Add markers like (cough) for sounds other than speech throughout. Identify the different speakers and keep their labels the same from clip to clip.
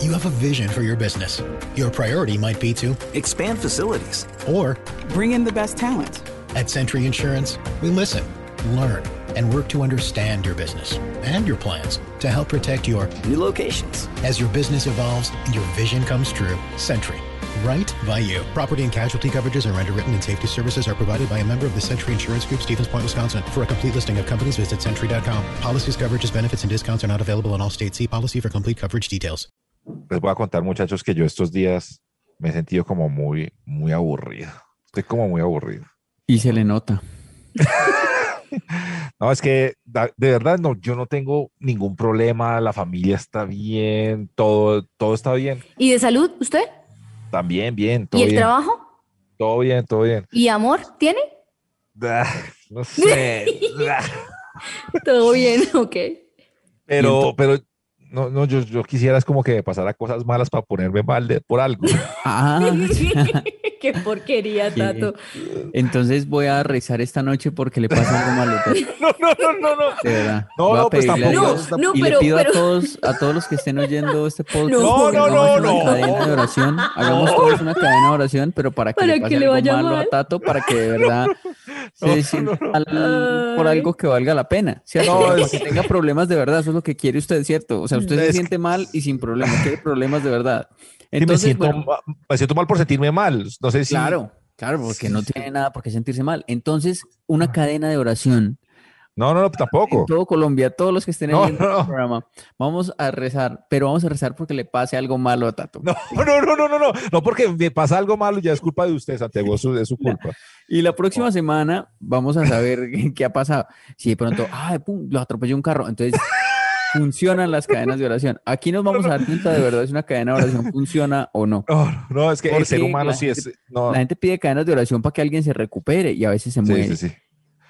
Speaker 1: You have a vision for your business. Your priority might be to
Speaker 2: expand facilities
Speaker 1: or
Speaker 3: bring in the best talent.
Speaker 1: At Century Insurance, we listen, learn, and work to understand your business and your plans to help protect your
Speaker 2: new locations.
Speaker 1: As your business evolves and your vision comes true, Century. Right by you. Property and casualty coverages are underwritten and safety services are provided by a member of the Century Insurance Group, Stevens Point, Wisconsin. For a complete listing of companies, visit century.com. Policies, coverages, benefits, and discounts are not available in all states. See policy for complete coverage details.
Speaker 4: Les voy a contar, muchachos, que yo estos días me he sentido como muy, muy aburrido. Estoy como muy aburrido.
Speaker 5: Y se le nota.
Speaker 4: No, es que de verdad no, yo no tengo ningún problema, la familia está bien, todo, todo está bien.
Speaker 6: ¿Y de salud usted?
Speaker 4: También bien.
Speaker 6: Todo ¿Y el bien. trabajo?
Speaker 4: Todo bien, todo bien.
Speaker 6: ¿Y amor tiene?
Speaker 4: no sé.
Speaker 6: (laughs) todo bien, ok. (laughs)
Speaker 4: Pero, pero no, no, yo, yo quisiera es como que pasara cosas malas para ponerme mal de, por
Speaker 5: (laughs)
Speaker 4: algo.
Speaker 5: Ah.
Speaker 6: Qué porquería, Tato.
Speaker 5: Entonces voy a rezar esta noche porque le pasa algo malo. pues,
Speaker 4: No, no, no, no, no.
Speaker 5: De verdad.
Speaker 4: No, no, pues tampoco.
Speaker 5: Dios,
Speaker 6: no,
Speaker 5: y
Speaker 6: pero,
Speaker 5: le pido
Speaker 6: pero...
Speaker 5: a todos, a todos los que estén oyendo este podcast.
Speaker 4: No,
Speaker 5: que
Speaker 4: no,
Speaker 5: hagamos
Speaker 4: no,
Speaker 5: una
Speaker 4: no.
Speaker 5: cadena de oración. Hagamos todos una cadena de oración, pero para que
Speaker 6: Para
Speaker 5: le pase
Speaker 6: que le
Speaker 5: algo
Speaker 6: vaya
Speaker 5: malo a
Speaker 6: mal.
Speaker 5: Tato, para que de verdad
Speaker 4: (laughs) No,
Speaker 5: se
Speaker 4: no,
Speaker 5: sienta
Speaker 4: no.
Speaker 5: mal por
Speaker 6: Ay.
Speaker 5: algo que valga la pena. ¿cierto?
Speaker 4: No,
Speaker 5: Para
Speaker 4: es-
Speaker 5: que tenga problemas de verdad, eso es lo que quiere usted, ¿cierto? O sea, usted se
Speaker 4: Es-
Speaker 5: siente mal y sin problemas, quiere problemas de verdad.
Speaker 4: Sí,
Speaker 5: Entonces,
Speaker 4: me, siento,
Speaker 5: bueno,
Speaker 4: ma- me siento mal por sentirme mal. No sé si.
Speaker 5: Claro, claro, porque no tiene nada por qué sentirse mal. Entonces, una cadena de oración.
Speaker 4: No, no, no, tampoco.
Speaker 5: En todo Colombia, todos los que estén en
Speaker 4: Oh. No,
Speaker 5: el
Speaker 4: no.
Speaker 5: programa, vamos a rezar, pero vamos a rezar porque le pase algo malo a Tato.
Speaker 4: No, no, no, no, no, no. No, porque me pasa algo malo, ya es culpa de usted, Santiago, es su, es su culpa.
Speaker 5: Y la
Speaker 4: Oh.
Speaker 5: próxima semana vamos a
Speaker 4: (laughs)
Speaker 5: saber (laughs) qué- qué ha pasado. Si de pronto, ay, pum, lo atropelló un carro. Entonces, funcionan las cadenas de oración. Aquí nos vamos a dar cuenta de verdad si una cadena de oración funciona o no.
Speaker 4: No, no, es que el
Speaker 5: Porque
Speaker 4: ser humano
Speaker 5: la
Speaker 4: sí es. No,
Speaker 5: La gente pide cadenas de oración para que alguien se recupere y a veces se muere.
Speaker 4: sí, sí, sí.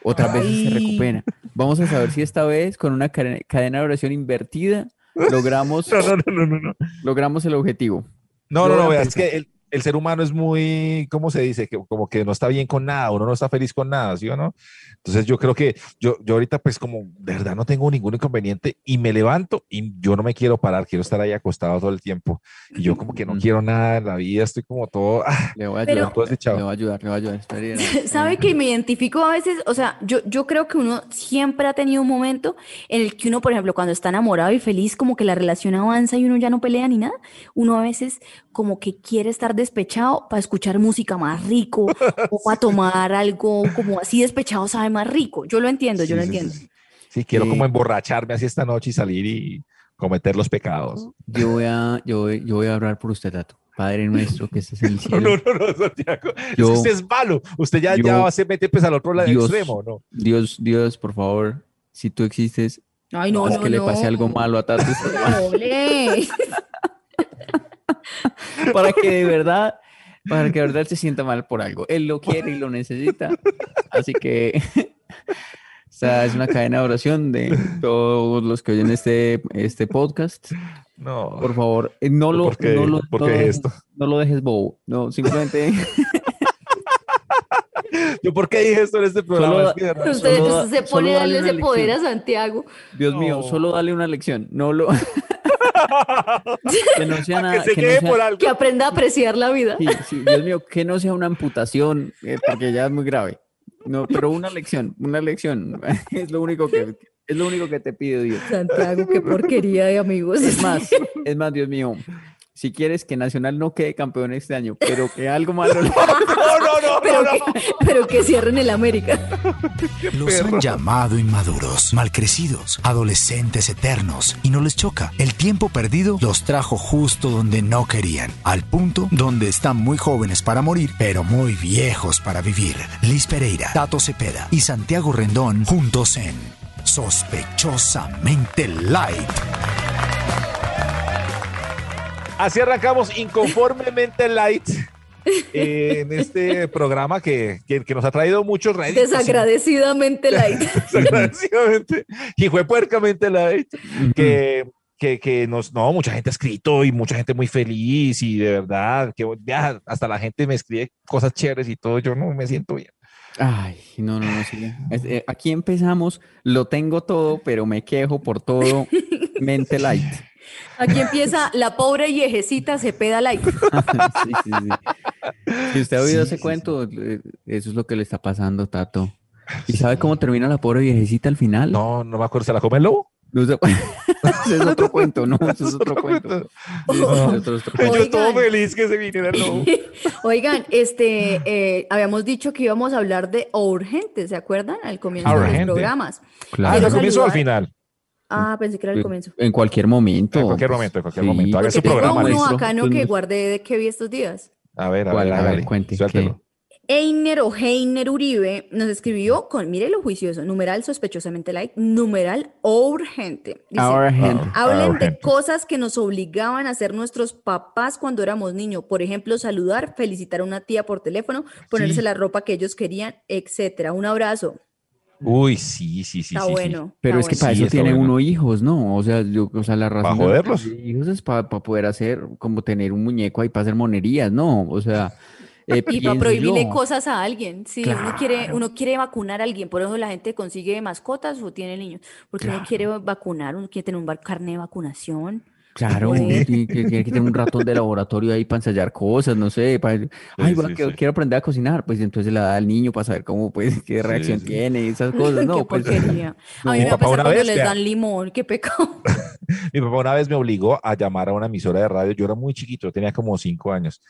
Speaker 5: otras veces se
Speaker 6: Ay.
Speaker 5: recupera. Vamos a saber si esta vez con una cadena cadena de oración invertida
Speaker 6: (laughs)
Speaker 5: logramos,
Speaker 4: No, no, no, no, no. no.
Speaker 5: logramos el objetivo.
Speaker 4: No,
Speaker 5: Yo
Speaker 4: no, no,
Speaker 5: voy a
Speaker 4: vea, es
Speaker 5: pensar.
Speaker 4: que el, el ser humano es muy, ¿cómo se dice? Que, como que no está bien con nada, uno no está feliz con nada, ¿sí o no? Entonces yo creo que yo, yo ahorita pues como de verdad no tengo ningún inconveniente y me levanto y yo no me quiero parar, quiero estar ahí acostado todo el tiempo. Y yo como que no
Speaker 5: Mm.
Speaker 4: quiero nada en la vida, estoy como todo, ah,
Speaker 5: Le voy a
Speaker 6: Pero-
Speaker 5: ayudar.
Speaker 4: todo desdichado.
Speaker 5: Le voy a ayudar, le voy a ayudar.
Speaker 6: (laughs)
Speaker 5: Espere, espere.
Speaker 6: ¿Sabe que me identifico a veces? O sea, yo, yo creo que uno siempre ha tenido un momento en el que uno, por ejemplo, cuando está enamorado y feliz, como que la relación avanza y uno ya no pelea ni nada. Uno a veces como que quiere estar despechado para escuchar música más rico o para tomar algo como así despechado sabe más rico. Yo lo entiendo,
Speaker 4: Sí,
Speaker 6: yo lo
Speaker 4: sí, sí,
Speaker 6: entiendo. Eh,
Speaker 4: Sí, Sí, quiero
Speaker 5: Sí.
Speaker 4: como emborracharme así esta noche y salir y cometer los pecados.
Speaker 5: Yo voy a, yo voy, yo voy a hablar por usted, Tato. Padre nuestro que estás en
Speaker 6: (laughs)
Speaker 5: el
Speaker 4: No,
Speaker 5: cielo.
Speaker 4: no, no, no, Santiago, es que
Speaker 5: Yo-
Speaker 4: usted es malo, usted ya,
Speaker 5: yo-
Speaker 4: ya se mete pues al otro lado
Speaker 5: Dios.
Speaker 4: extremo, ¿no?
Speaker 5: Dios, Dios, por favor, si tú existes,
Speaker 6: Ay, no,
Speaker 5: haz
Speaker 6: no,
Speaker 5: que le pase
Speaker 6: no.
Speaker 5: algo malo a Tato.
Speaker 6: No, ole.
Speaker 5: para que de verdad, para que de verdad él se sienta mal por algo. Él lo quiere y lo necesita. Así que (laughs) esta es una cadena de oración de todos los que oyen este, este podcast.
Speaker 4: No.
Speaker 5: Por favor, eh, no lo,
Speaker 4: ¿Por qué?
Speaker 5: no lo,
Speaker 4: ¿Por
Speaker 5: no
Speaker 4: qué
Speaker 5: lo dejes-
Speaker 4: esto?
Speaker 5: no lo dejes bobo.
Speaker 4: (laughs)
Speaker 5: No, simplemente
Speaker 4: ¿Yo por qué dije esto en este programa?
Speaker 5: Solo-
Speaker 4: Es que de verdad-
Speaker 6: Usted,
Speaker 5: Solo-
Speaker 6: usted se
Speaker 5: solo
Speaker 6: pone a darle
Speaker 5: dale
Speaker 6: ese
Speaker 5: una
Speaker 6: poder a Santiago.
Speaker 5: Dios mío,
Speaker 4: No.
Speaker 5: solo dale una lección. No
Speaker 4: (laughs)
Speaker 5: lo (laughs) que no sea
Speaker 4: que
Speaker 5: nada,
Speaker 4: se
Speaker 5: que no
Speaker 4: quede
Speaker 5: sea-
Speaker 4: por algo.
Speaker 6: Que aprenda a apreciar la vida.
Speaker 5: Sí, sí, Dios mío, que no sea una amputación, eh, porque ya es muy grave. No, pero una lección, una lección. (laughs) Es lo único que, es lo único que te pido, Dios.
Speaker 6: Santiago,
Speaker 5: (laughs)
Speaker 6: qué porquería de amigos.
Speaker 5: Es más, es más, Dios mío, si quieres que Nacional no quede campeón este año, pero que algo malo le
Speaker 4: No, no, no, no,
Speaker 6: (laughs) pero,
Speaker 4: no.
Speaker 6: que, pero que cierren el América.
Speaker 5: (laughs)
Speaker 1: Los han llamado inmaduros, malcrecidos, adolescentes eternos y no les choca. El tiempo perdido los trajo justo donde no querían, al punto donde están muy jóvenes para morir, pero muy viejos para vivir. Liz Pereira, Tato Cepeda y Santiago Rendón juntos en Sospechosamente Light.
Speaker 4: Así arrancamos inconformemente
Speaker 6: (laughs)
Speaker 4: light en este programa que, que, que nos ha traído muchos réditos.
Speaker 5: (laughs)
Speaker 6: Desagradecidamente light.
Speaker 4: (laughs) Desagradablemente, hijuepuercamente light, que, que, que nos, no, mucha gente ha escrito y mucha gente muy feliz y de verdad, que ya, hasta la gente me escribe cosas chéveres y todo, yo no me siento bien.
Speaker 5: Ay, no, no, no, sí. Es- eh, Aquí empezamos, lo tengo todo, pero me quejo por todo. Mente light.
Speaker 6: Aquí empieza la pobre viejecita Cepeda light.
Speaker 5: Sí, sí, sí. Si usted ha oído
Speaker 4: Sí,
Speaker 5: ese
Speaker 4: sí, sí.
Speaker 5: cuento, eh, eso es lo que le está pasando, Tato. ¿Y sabe cómo termina la pobre viejecita al final?
Speaker 4: No, no me acuerdo, ¿se la come el lobo?
Speaker 5: No sé-
Speaker 4: (laughs)
Speaker 5: (laughs) Ese es otro cuento, ¿no? Ese es otro cuento. (laughs) Sí, sí,
Speaker 4: Oh.
Speaker 5: otro- otro
Speaker 6: Oigan.
Speaker 5: cuento.
Speaker 4: Yo todo feliz que se viniera el lobo.
Speaker 6: Oigan, este, eh, habíamos dicho que íbamos a hablar de urgente, ¿se acuerdan? Al comienzo de
Speaker 4: Urgente.
Speaker 6: los programas.
Speaker 4: Ah,
Speaker 5: Claro.
Speaker 4: ¿lo comienzo al final?
Speaker 6: Ah, pensé que era al comienzo.
Speaker 5: En cualquier momento.
Speaker 4: En cualquier
Speaker 5: pues,
Speaker 4: momento, en cualquier
Speaker 5: sí.
Speaker 4: momento. Haga
Speaker 6: Porque
Speaker 4: su
Speaker 6: tengo
Speaker 4: programa.
Speaker 6: uno
Speaker 4: listo.
Speaker 6: acá, ¿no?
Speaker 5: Pues
Speaker 6: Que
Speaker 5: no-
Speaker 6: guardé de que vi estos días.
Speaker 4: A ver, a
Speaker 5: ¿Cuál?
Speaker 4: ver,
Speaker 5: A ver,
Speaker 4: hágale,
Speaker 5: cuente,
Speaker 4: suéltelo.
Speaker 5: ¿qué?
Speaker 6: Einer o Heiner Uribe nos escribió con, mire lo juicioso, numeral sospechosamente like, numeral urgente. Dice, ah,
Speaker 5: Ahora, gente.
Speaker 6: Hablen de
Speaker 4: urgente.
Speaker 6: cosas que nos obligaban a hacer nuestros papás cuando éramos niños. Por ejemplo, saludar, felicitar a una tía por teléfono, ponerse
Speaker 4: Sí.
Speaker 6: la ropa que ellos querían, etcétera. Un abrazo.
Speaker 4: Uy, sí, sí, sí.
Speaker 6: Está
Speaker 4: sí, sí.
Speaker 6: ah, bueno.
Speaker 5: Pero es
Speaker 6: está
Speaker 5: que para
Speaker 4: Sí,
Speaker 5: eso
Speaker 4: está
Speaker 5: tiene
Speaker 4: bueno.
Speaker 5: uno hijos, ¿no? O sea, yo, o sea, la razón. de
Speaker 4: joderlos.
Speaker 5: tener Hijos es para poder hacer, como tener un muñeco ahí para hacer monerías, ¿no? O sea, eh,
Speaker 6: Y para
Speaker 5: pienso
Speaker 6: prohibirle
Speaker 5: yo.
Speaker 6: cosas a alguien. Sí, uno, quiere, uno quiere vacunar a alguien. Por eso la gente consigue mascotas o tiene niños. Porque uno quiere vacunar, uno quiere tener un va- carnet de vacunación. (laughs)
Speaker 5: Claro, uno
Speaker 6: Sí.
Speaker 5: tiene que, tiene que tener un ratón de laboratorio ahí para ensayar cosas, no sé, para... Ay, bueno,
Speaker 4: sí,
Speaker 5: que-
Speaker 4: sí.
Speaker 5: quiero aprender a cocinar, pues entonces la da al niño para saber cómo, pues, (laughs) qué reacción
Speaker 4: sí.
Speaker 5: tiene y
Speaker 6: (laughs)
Speaker 5: esas cosas,
Speaker 6: Qué
Speaker 5: ¿no? Pues, (laughs)
Speaker 6: porquería. A mí
Speaker 4: Mi
Speaker 6: me va a
Speaker 4: papá
Speaker 6: pasar
Speaker 4: una
Speaker 6: cuando
Speaker 4: vez
Speaker 6: les
Speaker 4: le-
Speaker 6: dan limón. Qué pecado.
Speaker 4: Mi papá una vez me obligó a llamar a una emisora de radio. Yo era muy chiquito, yo tenía como cinco años.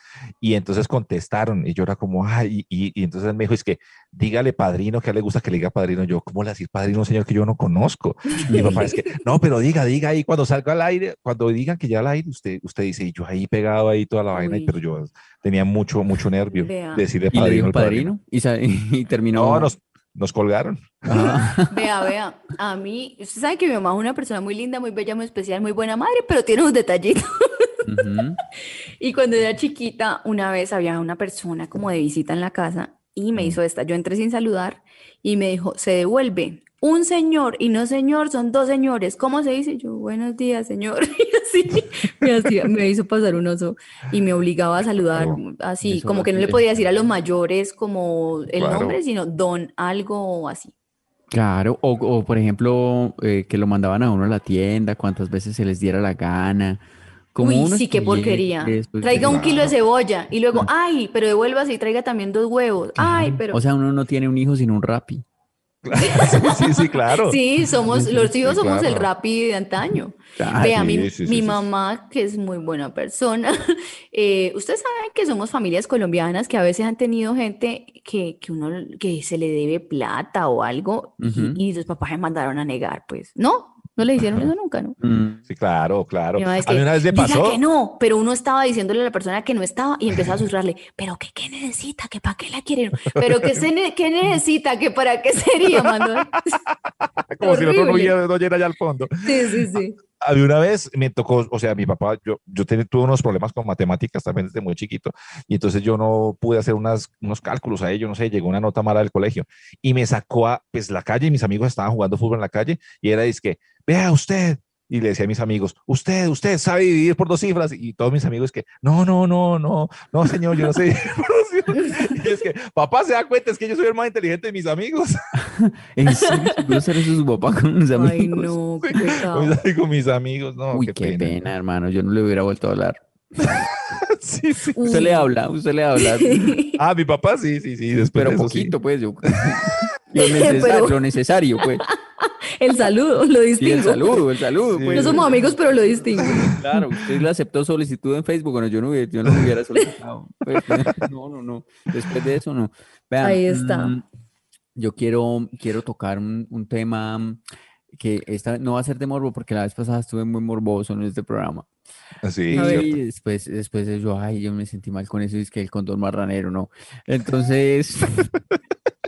Speaker 4: Y entonces contestaron y yo era como, ay, y, y- y entonces me dijo, es que dígale padrino, que a él le gusta que le diga padrino. Yo, ¿cómo le voy a decir padrino a un señor que yo no conozco? Y mi papá es que, no, pero diga, diga ahí, cuando salga al aire, cuando digan que ya al aire, usted, usted dice, y yo ahí pegado ahí toda la vaina, y-
Speaker 6: Uy.
Speaker 4: pero yo tenía mucho, mucho nervio
Speaker 6: Vea.
Speaker 4: de decirle
Speaker 5: y le
Speaker 4: padrino.
Speaker 5: dijo
Speaker 4: al padrino.
Speaker 5: padrino y, sa- (laughs) y terminó...
Speaker 4: No, nos, nos colgaron. (laughs)
Speaker 6: (laughs)
Speaker 5: Ah,
Speaker 6: Vea, vea, a mí, usted sabe que mi mamá es una persona muy linda, muy bella, muy especial, muy buena madre, pero tiene un detallito.
Speaker 5: ujú.
Speaker 6: Y cuando era chiquita, una vez había una persona como de visita en la casa y
Speaker 5: Mm.
Speaker 6: me hizo esta. Yo entré sin saludar y me dijo, se devuelve un señor y no señor, son dos señores. ¿Cómo se dice? Yo, buenos días, señor. (laughs) Y así me, hacía- me hizo pasar un oso y me obligaba a saludar
Speaker 4: Claro,
Speaker 6: así,
Speaker 5: Oh, eso
Speaker 6: como que no le
Speaker 5: requiere.
Speaker 6: podía decir a los mayores como el
Speaker 4: Claro.
Speaker 6: nombre, sino don algo o así.
Speaker 5: Claro, o, o, por ejemplo, eh, que lo mandaban a uno a la tienda, cuántas veces se les diera la gana, como
Speaker 6: Uy,
Speaker 5: unos
Speaker 6: sí, qué porquería.
Speaker 5: clientes, pues,
Speaker 6: Traiga un kilo
Speaker 5: claro. Ah.
Speaker 6: de cebolla y luego, ay, pero devuélvase y traiga también dos huevos. Ay,
Speaker 5: Claro,
Speaker 6: pero
Speaker 5: O sea, uno no tiene un hijo sin un rapi.
Speaker 4: sí, sí, claro.
Speaker 6: sí, somos, los hijos
Speaker 4: sí,
Speaker 6: somos el
Speaker 4: claro.
Speaker 6: rapi de antaño.
Speaker 5: Claro.
Speaker 6: Vea, mi,
Speaker 4: Ah, sí, sí,
Speaker 6: mi
Speaker 4: sí, sí.
Speaker 6: mamá, que es muy buena persona, (laughs) eh, ustedes saben que somos familias colombianas que a veces han tenido gente que, que uno que se le debe plata o algo y-
Speaker 5: Ujú.
Speaker 6: y, los papás se mandaron a negar, pues. No, no le hicieron eso nunca, ¿no?
Speaker 5: (laughs) Mm.
Speaker 4: Sí, claro, claro.
Speaker 6: Mi mamá es
Speaker 4: a mí
Speaker 6: que,
Speaker 4: una vez le
Speaker 6: "Diga
Speaker 4: pasó.
Speaker 6: que no, pero uno estaba diciéndole a la persona que no estaba y empezaba a susurrarle, pero que qué necesita, que para qué la quieren, pero que se ne- qué necesita, que para qué sería, Manuel. (laughs)
Speaker 4: como si el otro no
Speaker 6: Horrible.
Speaker 4: oyera, no oyera allá al fondo.
Speaker 6: Sí, sí, sí.
Speaker 4: A mí Ah, una vez me tocó, o sea, mi papá, yo, yo tenía, tuve unos problemas con matemáticas también desde muy chiquito, y entonces yo no pude hacer unas, unos cálculos a ello, no sé, llegó una nota mala del colegio, y me sacó a pues, la calle, y mis amigos estaban jugando fútbol en la calle, y era, es que, vea usted, y le decía a mis amigos, usted, usted sabe dividir por dos cifras, y todos mis amigos que, no, no, no, no, no, señor, yo no sé dividir por dos cifras. (laughs) Y es que, papá, se da cuenta, es que yo soy el más inteligente de mis amigos.
Speaker 5: ¿En serio? ¿Pudo hacer eso su papá con unos
Speaker 6: Ay,
Speaker 5: amigos? (laughs)
Speaker 6: no, qué
Speaker 4: (laughs)
Speaker 6: pecado.
Speaker 4: Con mis- Con mis amigos, no,
Speaker 5: Uy,
Speaker 4: Oh, qué,
Speaker 5: qué
Speaker 4: pena.
Speaker 5: pena, hermano. Yo no le hubiera vuelto a hablar.
Speaker 4: Sí, sí.
Speaker 5: Usted
Speaker 6: Uy.
Speaker 5: le habla, usted
Speaker 4: (laughs)
Speaker 5: le habla. (laughs)
Speaker 4: Ah, mi papá sí, sí, sí. Después
Speaker 5: Pero
Speaker 4: de eso, sí.
Speaker 5: poquito,
Speaker 4: (laughs)
Speaker 5: pues. Yo, lo, necesa-
Speaker 6: Pero-
Speaker 5: lo necesario,
Speaker 6: (laughs)
Speaker 5: pues.
Speaker 6: (laughs) El saludo, lo
Speaker 5: Sí, el
Speaker 6: distingo.
Speaker 5: saludo, el saludo.
Speaker 4: Sí.
Speaker 5: Pues.
Speaker 6: No somos amigos, pero lo distingo.
Speaker 5: Claro, usted le aceptó solicitud en Facebook. Bueno, yo no hubiera, yo no lo hubiera solicitado. Pues, (laughs) no, no, no. Después de eso, no. Vean,
Speaker 6: Ahí está.
Speaker 5: mm, yo quiero, quiero tocar un, un tema mm, que esta no va a ser de morbo porque la vez pasada estuve muy morboso en este programa.
Speaker 4: Ah, Sí,
Speaker 6: A ver.
Speaker 4: cierto.
Speaker 5: Y después, después de yo, ay, yo me sentí mal con eso, es que el condón marranero, ¿no? Entonces, (laughs)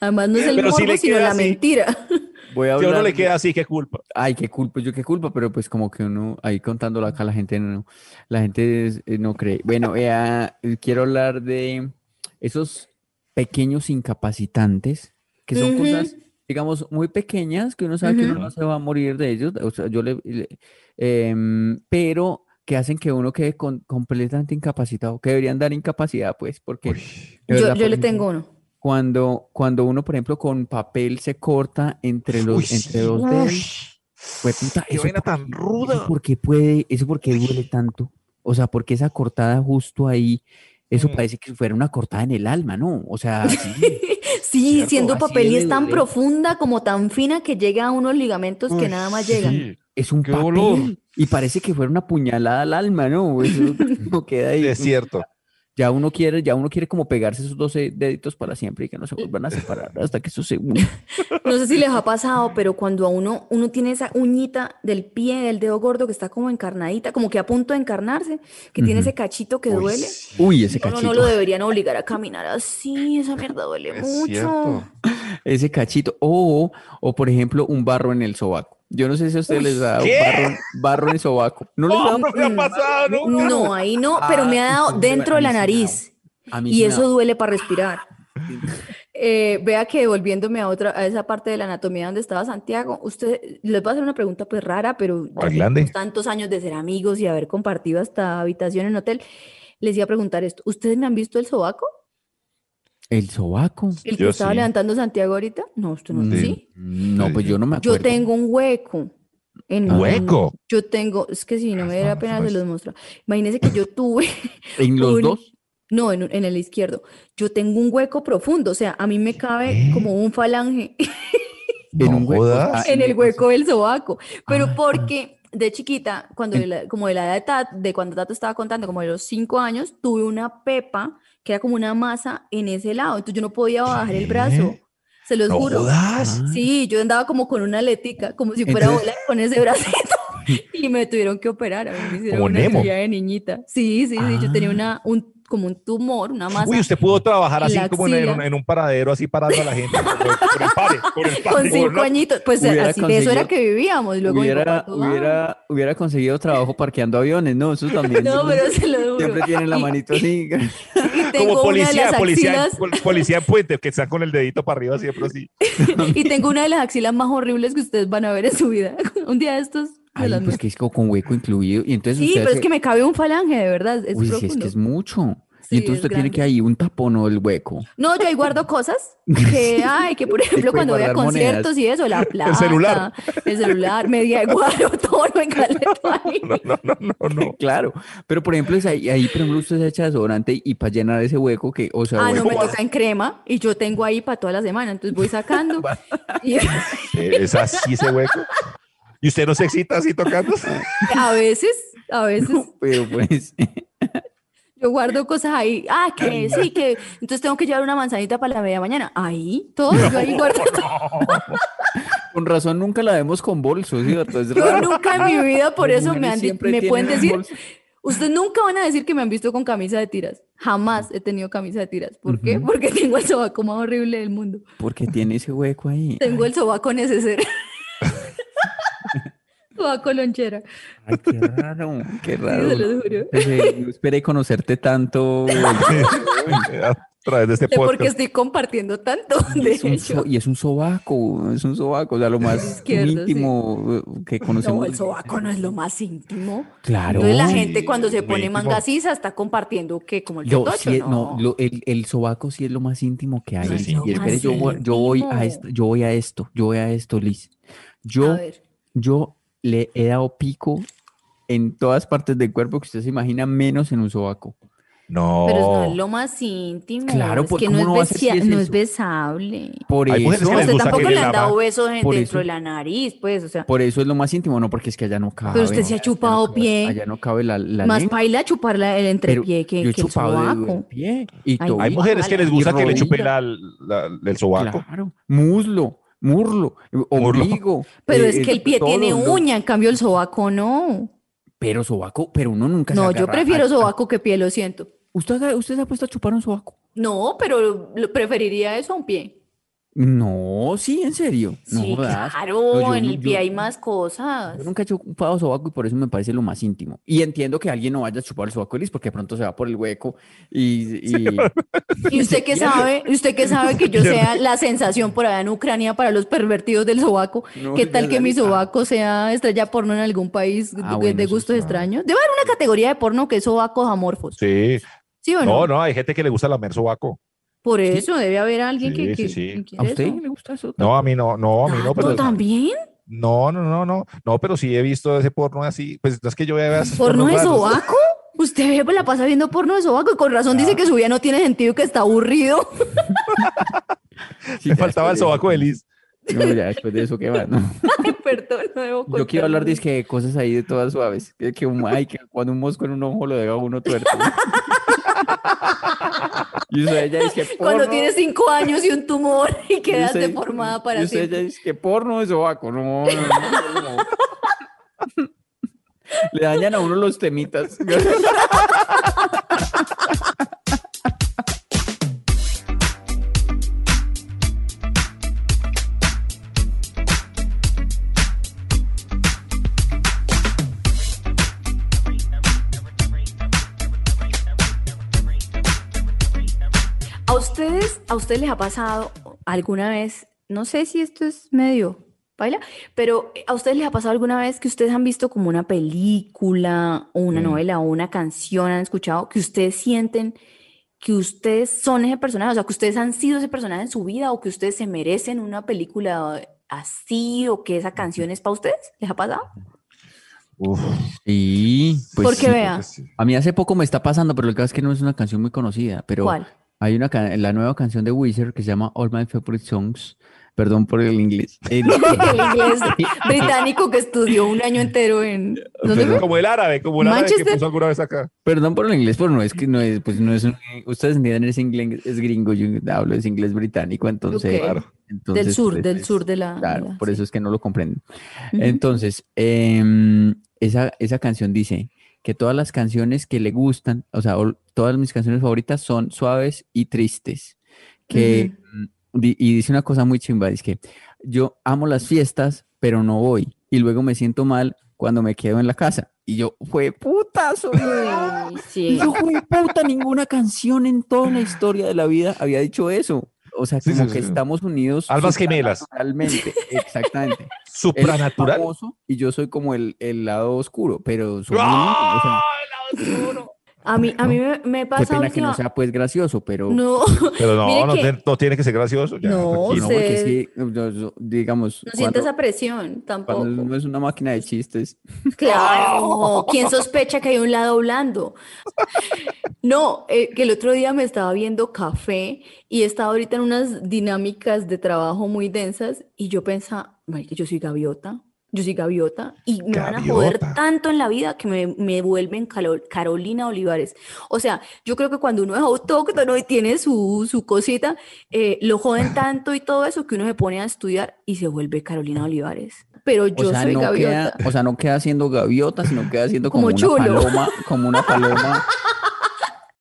Speaker 6: Además, no es el
Speaker 4: Pero sí
Speaker 6: morbo,
Speaker 4: le
Speaker 6: sino
Speaker 4: queda
Speaker 6: la
Speaker 4: así.
Speaker 6: mentira. (laughs)
Speaker 5: Voy
Speaker 4: Si a
Speaker 5: a
Speaker 4: uno
Speaker 5: hablar
Speaker 4: le
Speaker 5: de-
Speaker 4: queda así, qué culpa.
Speaker 5: Ay, qué culpa, yo qué culpa, pero pues como que uno, ahí contándolo acá, la gente no, la gente es- eh, no cree. Bueno, eh, ah, quiero hablar de esos pequeños incapacitantes, que son
Speaker 6: Ujú. (laughs)
Speaker 5: cosas, digamos, muy pequeñas, que uno sabe que uno no se va a morir de ellos, o sea, yo le, le- em, pero que hacen que uno quede con- completamente incapacitado, que deberían dar incapacidad, pues, porque de
Speaker 6: Yo,
Speaker 5: verdad,
Speaker 6: yo
Speaker 5: por
Speaker 6: le
Speaker 5: ejemplo,
Speaker 6: tengo uno.
Speaker 5: Cuando, cuando uno, por ejemplo, con papel se corta entre los,
Speaker 4: Uy,
Speaker 5: entre
Speaker 4: sí.
Speaker 5: los dedos. Fue puta,
Speaker 4: Qué
Speaker 5: eso
Speaker 4: vaina
Speaker 5: por-
Speaker 4: tan
Speaker 5: eso
Speaker 4: ruda.
Speaker 5: por qué puede, eso porque duele tanto. O sea, porque esa cortada justo ahí, eso
Speaker 4: Mm.
Speaker 5: parece que fuera una cortada en el alma, ¿no? O
Speaker 4: (laughs)
Speaker 5: sea, sí,
Speaker 6: Sí,
Speaker 5: Cierto,
Speaker 6: siendo
Speaker 5: así
Speaker 6: papel y
Speaker 5: debe
Speaker 6: es tan
Speaker 5: doler.
Speaker 6: profunda como tan fina que llega a unos ligamentos que nada más llegan.
Speaker 5: es un
Speaker 3: Qué
Speaker 5: papel
Speaker 3: dolor.
Speaker 5: y parece que fuera una puñalada al alma,
Speaker 4: (laughs)
Speaker 5: ¿no? Eso no queda ahí.
Speaker 4: Es cierto.
Speaker 5: Ya uno quiere, ya uno quiere como pegarse esos 12 deditos para siempre y que no se vuelvan a separar hasta que eso se une.
Speaker 6: No sé si les ha pasado, pero cuando a uno, uno tiene esa uñita del pie, del dedo gordo que está como encarnadita, como que a punto de encarnarse, que tiene
Speaker 5: Ujú.
Speaker 6: ese cachito que duele.
Speaker 5: Uy, ese
Speaker 6: Uno
Speaker 5: cachito.
Speaker 6: no lo deberían obligar a caminar así, esa mierda duele mucho. Mm.
Speaker 5: Ese cachito. O, o, por ejemplo, un barro en el sobaco. Yo no sé si a ustedes les ha dado
Speaker 4: ¿qué?
Speaker 5: barro, barro en el sobaco. No les ha dado?
Speaker 4: no me ha pasado nunca.
Speaker 6: No, ahí no, pero me ha
Speaker 5: Ah,
Speaker 6: dado
Speaker 5: sí, sí,
Speaker 6: dentro de la
Speaker 5: a mí sí me ha
Speaker 6: nariz
Speaker 5: A mí
Speaker 6: y
Speaker 5: sí me
Speaker 6: eso
Speaker 5: da-
Speaker 6: duele para respirar. Eh, vea que volviéndome a otra a esa parte de la anatomía donde estaba Santiago, usted les va a hacer una pregunta pues rara, pero ya que
Speaker 4: grande.
Speaker 6: tenemos tantos años de ser amigos y haber compartido hasta habitación en hotel, les iba a preguntar esto. ¿Ustedes me han visto el sobaco?
Speaker 5: el sobaco.
Speaker 6: El que
Speaker 4: Yo
Speaker 6: estaba
Speaker 4: sí. Mm.
Speaker 6: levantando Santiago ahorita? No, usted no,
Speaker 5: Sí.
Speaker 6: ¿sí?
Speaker 5: No, pues yo no me acuerdo.
Speaker 6: Yo tengo un hueco en
Speaker 4: Hueco.
Speaker 6: Yo tengo, es que si no me diera pena se los muestro. Imagínense que yo tuve
Speaker 5: en los
Speaker 6: un-
Speaker 5: dos.
Speaker 6: No, en, un- en el izquierdo. Yo tengo un hueco profundo, o sea, a mí me cabe como un falange (laughs)
Speaker 5: en un hueco.
Speaker 4: jodas.
Speaker 5: Ah,
Speaker 6: en el hueco del sobaco, pero
Speaker 5: Ah.
Speaker 6: porque de chiquita, cuando de
Speaker 5: En-
Speaker 6: la- como de la edad de, Tat- de cuando Tato estaba contando, como de los cinco años, tuve una pepa que era como una masa en ese lado, entonces yo no podía bajar el brazo, se los
Speaker 4: No
Speaker 6: juro.
Speaker 4: jodas.
Speaker 5: Ah,
Speaker 6: Sí, yo andaba como con una aletica, como si fuera
Speaker 5: Entonces-
Speaker 6: bola con ese
Speaker 4: (laughs)
Speaker 6: bracito. Y me tuvieron que operar. A mí me hicieron
Speaker 4: Como
Speaker 6: una
Speaker 4: Nemo.
Speaker 6: cirugía de niñita. Sí, sí, sí. Yo tenía
Speaker 5: Ah.
Speaker 6: una, un, como un tumor, una masa.
Speaker 4: Uy, usted pudo trabajar
Speaker 6: en
Speaker 4: así
Speaker 6: la
Speaker 4: como en, en
Speaker 6: axila.
Speaker 4: un, en un paradero, así parando a la gente. Por, por el padre, por el padre.
Speaker 6: Con cinco
Speaker 4: ¿no?
Speaker 6: añitos. Pues
Speaker 5: Hubiera
Speaker 6: así, de eso era
Speaker 5: conseguido-
Speaker 6: que vivíamos. y Luego mi
Speaker 5: hubiera,
Speaker 6: papá, tú, ah,
Speaker 5: hubiera, hubiera conseguido trabajo parqueando aviones, ¿no? Eso
Speaker 6: (laughs)
Speaker 5: también.
Speaker 6: No, pero se lo juro.
Speaker 5: Siempre tienen la
Speaker 6: (laughs) Y-
Speaker 5: manito así.
Speaker 6: Y
Speaker 4: Como
Speaker 6: tengo una de
Speaker 4: policía,
Speaker 6: las
Speaker 4: policía,
Speaker 6: axilas,
Speaker 4: en- pol- policía en puente, que está con el dedito para arriba siempre así.
Speaker 6: y tengo una de las axilas más horribles que ustedes van a ver en su vida. (laughs) Un día de estos se
Speaker 5: Ay,
Speaker 6: las
Speaker 5: pues
Speaker 6: muestro.
Speaker 5: que es como con hueco incluido. Y entonces
Speaker 6: Sí,
Speaker 5: usted
Speaker 6: pero es
Speaker 5: hace-
Speaker 6: que me cabe un falange, de verdad. Es
Speaker 5: Uy, si es
Speaker 6: profundo.
Speaker 5: que es mucho.
Speaker 6: Sí,
Speaker 5: y entonces
Speaker 6: es
Speaker 5: usted tiene que
Speaker 6: grande.
Speaker 5: ahí un tapón o el hueco.
Speaker 6: No, yo ahí guardo cosas
Speaker 5: (laughs)
Speaker 6: que, ay, que por ejemplo
Speaker 5: puede
Speaker 6: cuando voy a
Speaker 5: guardar
Speaker 6: conciertos y
Speaker 5: (laughs)
Speaker 6: eso, la plata,
Speaker 4: celular.
Speaker 6: el celular, media de guaro, todo lo encaleto ahí.
Speaker 4: No, no, no, no, no.
Speaker 5: (laughs) Claro. Pero por ejemplo, es ahí, ahí, por ejemplo, usted se echa desodorante y para llenar ese hueco que, o sea, pues,
Speaker 6: Ah, no,
Speaker 5: hueco-
Speaker 6: me toca en crema y yo tengo ahí para toda la semana, entonces
Speaker 5: (laughs)
Speaker 6: voy sacando. Y (laughs)
Speaker 4: Eh, Es así ese hueco. Y usted no se excita así tocando. (laughs)
Speaker 6: a veces, a veces
Speaker 5: pero pues, (laughs)
Speaker 6: yo guardo cosas ahí. Ah, que sí, que entonces tengo que llevar una manzanita para la media mañana. Ahí, todo, yo ahí
Speaker 5: (laughs)
Speaker 6: guardo todo.
Speaker 5: con razón nunca la vemos con bolsos, ¿cierto? Es
Speaker 6: (laughs) Yo
Speaker 5: raro.
Speaker 6: nunca en mi vida, por
Speaker 5: Las
Speaker 6: eso me,
Speaker 5: mujeres
Speaker 6: han di-
Speaker 5: siempre
Speaker 6: me
Speaker 5: tienen
Speaker 6: pueden
Speaker 5: un
Speaker 6: decir,
Speaker 5: bolso.
Speaker 6: Ustedes nunca van a decir que me han visto con camisa de tiras. Jamás he tenido camisa de tiras. ¿Por qué?
Speaker 5: Ujú.
Speaker 6: Porque tengo el sobaco más horrible del mundo.
Speaker 5: Porque tiene ese hueco ahí.
Speaker 6: (laughs) Tengo el
Speaker 5: (laughs)
Speaker 6: sobaco necesario. (laughs) sobaco lonchera.
Speaker 5: Ay, qué raro, qué raro.
Speaker 6: se los juro.
Speaker 5: Entonces, eh, yo esperé conocerte
Speaker 6: (laughs)
Speaker 5: tanto. güey.
Speaker 4: A través de este
Speaker 6: De porque
Speaker 4: podcast.
Speaker 6: estoy compartiendo tanto. De
Speaker 5: Es un
Speaker 6: hecho,
Speaker 5: so- y es un sobaco, es un sobaco, o sea, lo más
Speaker 6: Izquierdo, sí.
Speaker 5: íntimo eh, que conocemos.
Speaker 6: no, el sobaco no es lo más íntimo.
Speaker 5: Claro.
Speaker 6: Entonces la
Speaker 4: Sí,
Speaker 6: gente cuando se
Speaker 4: lo
Speaker 6: pone
Speaker 4: íntimo.
Speaker 6: manga sisa está compartiendo que como el
Speaker 5: Yo
Speaker 6: chotocho,
Speaker 5: sí, es- no,
Speaker 6: no.
Speaker 5: lo- el, el sobaco sí es lo más íntimo que hay.
Speaker 6: No es
Speaker 5: Liz.
Speaker 6: lo
Speaker 5: Y espere,
Speaker 6: más
Speaker 5: yo, voy- yo voy a
Speaker 6: íntimo.
Speaker 5: esto, yo voy a esto, yo voy a esto, Liz.
Speaker 6: A
Speaker 5: Yo,
Speaker 6: ver,
Speaker 5: yo le he dado pico en todas partes del cuerpo que usted se imagina, menos en un sobaco.
Speaker 4: No.
Speaker 6: pero no es lo más íntimo.
Speaker 5: Claro,
Speaker 6: es
Speaker 5: pues,
Speaker 6: que no
Speaker 5: ¿cómo
Speaker 6: es,
Speaker 5: no va a ser si
Speaker 6: besia-
Speaker 5: es
Speaker 6: no es
Speaker 5: eso?
Speaker 6: besable.
Speaker 5: Por
Speaker 4: Hay mujeres
Speaker 5: eso,
Speaker 4: que
Speaker 6: No,
Speaker 4: les
Speaker 6: usted
Speaker 4: gusta
Speaker 6: tampoco
Speaker 4: le
Speaker 6: le han
Speaker 4: lama.
Speaker 6: dado besos en-
Speaker 5: Por eso.
Speaker 6: dentro de la nariz, pues, o sea,
Speaker 5: por eso es lo más íntimo, no porque es que allá no cabe.
Speaker 6: usted se ha
Speaker 5: allá no
Speaker 6: chupado
Speaker 5: cabe-
Speaker 6: pie.
Speaker 5: Allá no cabe la, la
Speaker 6: más
Speaker 5: lengua.
Speaker 6: paila chupar la- el
Speaker 5: Pero
Speaker 6: entrepié que,
Speaker 5: yo he
Speaker 6: que el
Speaker 5: chupado eh, dedo del
Speaker 6: sobaco.
Speaker 5: pie y
Speaker 6: Ay,
Speaker 5: tobillo.
Speaker 4: Hay mujeres que les
Speaker 5: Y
Speaker 4: gusta que le
Speaker 5: rodilla.
Speaker 4: chupen la- la- el sobaco.
Speaker 5: Claro, muslo, murlo, eh, ombligo.
Speaker 6: Pero
Speaker 5: eh,
Speaker 6: es que
Speaker 5: eh,
Speaker 6: el pie
Speaker 5: todo
Speaker 6: tiene
Speaker 5: lo-
Speaker 6: uña, en cambio el sobaco no.
Speaker 5: Pero sobaco, pero uno nunca se
Speaker 6: No, yo
Speaker 5: agarra
Speaker 6: prefiero
Speaker 5: al-
Speaker 6: sobaco que pie, lo siento.
Speaker 5: ¿Usted, haga- usted se ha puesto a chupar un sobaco?
Speaker 6: No, pero lo- preferiría eso a un pie.
Speaker 5: No, sí, en serio. No
Speaker 6: sí,
Speaker 5: jodas.
Speaker 6: claro,
Speaker 5: No, yo
Speaker 6: en
Speaker 5: no-
Speaker 6: el pie
Speaker 5: yo-
Speaker 6: hay más cosas.
Speaker 5: Yo nunca he chupado sobaco y por eso me parece lo más íntimo. Y entiendo que alguien no vaya a chupar el sobaco de Liz porque de pronto se va por el hueco y, y-
Speaker 6: (laughs) ¿Y usted
Speaker 5: (laughs)
Speaker 6: qué sabe? ¿Y usted qué sabe que yo sea la sensación por allá en Ucrania para los pervertidos del sobaco?
Speaker 5: No,
Speaker 6: ¿Qué tal
Speaker 5: ya
Speaker 6: que mi
Speaker 5: salí.
Speaker 6: sobaco sea estrella porno en algún país de-
Speaker 5: Ah, bueno,
Speaker 6: de
Speaker 5: eso
Speaker 6: gustos
Speaker 5: está.
Speaker 6: extraños? Debe haber una categoría de porno que es sobacos amorfos. ¿Sí,
Speaker 4: Sí.
Speaker 6: o no?
Speaker 4: No, no, hay gente que le gusta lamer sobaco.
Speaker 6: Por eso debe haber alguien que,
Speaker 4: Sí, sí,
Speaker 6: que-
Speaker 4: sí.
Speaker 6: que quiera
Speaker 5: ¿A usted
Speaker 6: eso.
Speaker 5: le gusta eso?
Speaker 4: No, a mí no, no, a mí no,
Speaker 6: ¿Tanto
Speaker 4: pero
Speaker 6: también?
Speaker 4: no, no, no, no, no, pero sí he visto ese porno así, pues no es que yo vea esos
Speaker 6: ¿Porno
Speaker 4: pornos
Speaker 6: de
Speaker 4: raros.
Speaker 6: sobaco? Usted ve, pues, la pasa viendo porno de sobaco y con razón dice que su vida no tiene sentido y que está aburrido. (laughs)
Speaker 5: Sí,
Speaker 4: Me
Speaker 5: ya
Speaker 4: faltaba el
Speaker 5: después
Speaker 4: sobaco de Liz.
Speaker 5: eso- no, ya después de eso, ¿qué va? No.
Speaker 6: Ay, perdón, no debo
Speaker 5: Yo quiero hablar de
Speaker 6: contarlo.
Speaker 5: que cosas ahí de todas suaves. Que, que un- ay, que cuando un mosco en un ojo lo deja uno tuerto. (laughs) y usted ella dice que
Speaker 6: (laughs) Cuando
Speaker 5: porno,
Speaker 6: tienes cinco años y un tumor y
Speaker 5: y
Speaker 6: quedas
Speaker 5: usted-
Speaker 6: deformada
Speaker 5: y
Speaker 6: para
Speaker 5: usted
Speaker 6: siempre.
Speaker 5: ella dice que porno es sobaco. No, no, no, no, no. Le dañan a uno los temitas. (laughs)
Speaker 6: ¿A ustedes, a ustedes les ha pasado alguna vez, no sé si esto es medio baila, pero eh, a ustedes les ha pasado alguna vez que ustedes han visto como una película o una novela o una canción, han escuchado, que ustedes sienten que ustedes son ese personaje, o sea, que ustedes han sido ese personaje en su vida o que ustedes se merecen una película así o que esa canción es para ustedes? ¿Les ha pasado?
Speaker 4: Uf,
Speaker 5: Sí, pues
Speaker 6: Porque
Speaker 5: sí.
Speaker 6: vea,
Speaker 5: A mí hace poco me está pasando, pero el caso es que no es una canción muy conocida, pero
Speaker 6: ¿cuál?
Speaker 5: hay una ca- la nueva canción de Weezer que se llama All My Favorite Songs. Perdón por el inglés. Eh, (laughs)
Speaker 6: El inglés británico que estudió un año entero en... ¿Dónde fue?
Speaker 4: Como el árabe, como el árabe que
Speaker 6: Manchester.
Speaker 4: puso alguna vez acá.
Speaker 5: Perdón por el inglés, pero no es que no es, pues no es, un- ustedes entienden ese inglés es gringo, yo hablo es inglés británico, entonces,
Speaker 6: Ok. Claro.
Speaker 5: entonces,
Speaker 6: del sur,
Speaker 5: pues,
Speaker 6: del
Speaker 5: es-
Speaker 6: sur de la... de
Speaker 5: Claro,
Speaker 6: la-
Speaker 5: por
Speaker 6: sí.
Speaker 5: eso es que no lo comprenden.
Speaker 6: Ujú.
Speaker 5: Entonces, em, esa, esa canción dice que todas las canciones que le gustan, o sea, ol- todas mis canciones favoritas son suaves y tristes. Que, mm, di- y dice una cosa muy chimba, dice que yo amo las fiestas, pero no voy. Y luego me siento mal cuando me quedo en la casa. Y yo, fue putazo.
Speaker 6: (laughs) Uy,
Speaker 5: (laughs)
Speaker 6: sí.
Speaker 5: Yo, puta, ninguna canción en toda la historia de la vida había dicho eso. O sea,
Speaker 4: Sí,
Speaker 5: como
Speaker 4: sí,
Speaker 5: que
Speaker 4: sí.
Speaker 5: estamos unidos.
Speaker 4: Almas gemelas. (laughs)
Speaker 5: Realmente, exactamente. Él es
Speaker 4: Supranatural.
Speaker 5: famoso y yo soy como el, el lado oscuro, pero somos amigos, o sea,
Speaker 4: ¡Ah!
Speaker 6: A mí, a mí me, me
Speaker 5: qué
Speaker 6: pasa
Speaker 5: pena que no
Speaker 6: última-
Speaker 5: sea pues gracioso, pero
Speaker 6: No,
Speaker 4: Pero
Speaker 6: Mire
Speaker 4: no, no,
Speaker 6: que-
Speaker 4: tiene- no tiene que ser gracioso. ya,
Speaker 6: No,
Speaker 4: tranquilo.
Speaker 5: no, porque
Speaker 6: se-
Speaker 5: sí, yo- yo- digamos,
Speaker 6: no siento
Speaker 5: cuando,
Speaker 6: esa presión
Speaker 5: cuando
Speaker 6: tampoco.
Speaker 5: uno es una máquina de chistes,
Speaker 6: Claro,
Speaker 5: (laughs)
Speaker 6: ¿quién sospecha que hay un lado blando? No, eh, que el otro día me estaba viendo café y estaba ahorita en unas dinámicas de trabajo muy densas y yo pensaba, "Marica, yo soy gaviota, yo soy gaviota y me van a joder
Speaker 4: Gaviota.
Speaker 6: tanto en la vida que me, me vuelven Calo- Carolina Olivares. O sea, yo creo que cuando uno es autóctono y tiene su, su cosita, eh,
Speaker 5: (laughs)
Speaker 6: lo joden tanto y todo eso que uno se pone a estudiar y se vuelve Carolina Olivares. Pero
Speaker 5: o
Speaker 6: yo
Speaker 5: sea,
Speaker 6: soy
Speaker 5: no
Speaker 6: gaviota.
Speaker 5: queda, o sea, no queda siendo gaviota, sino queda siendo como,
Speaker 6: (laughs) Como
Speaker 5: una
Speaker 6: chulo.
Speaker 5: paloma, como una paloma.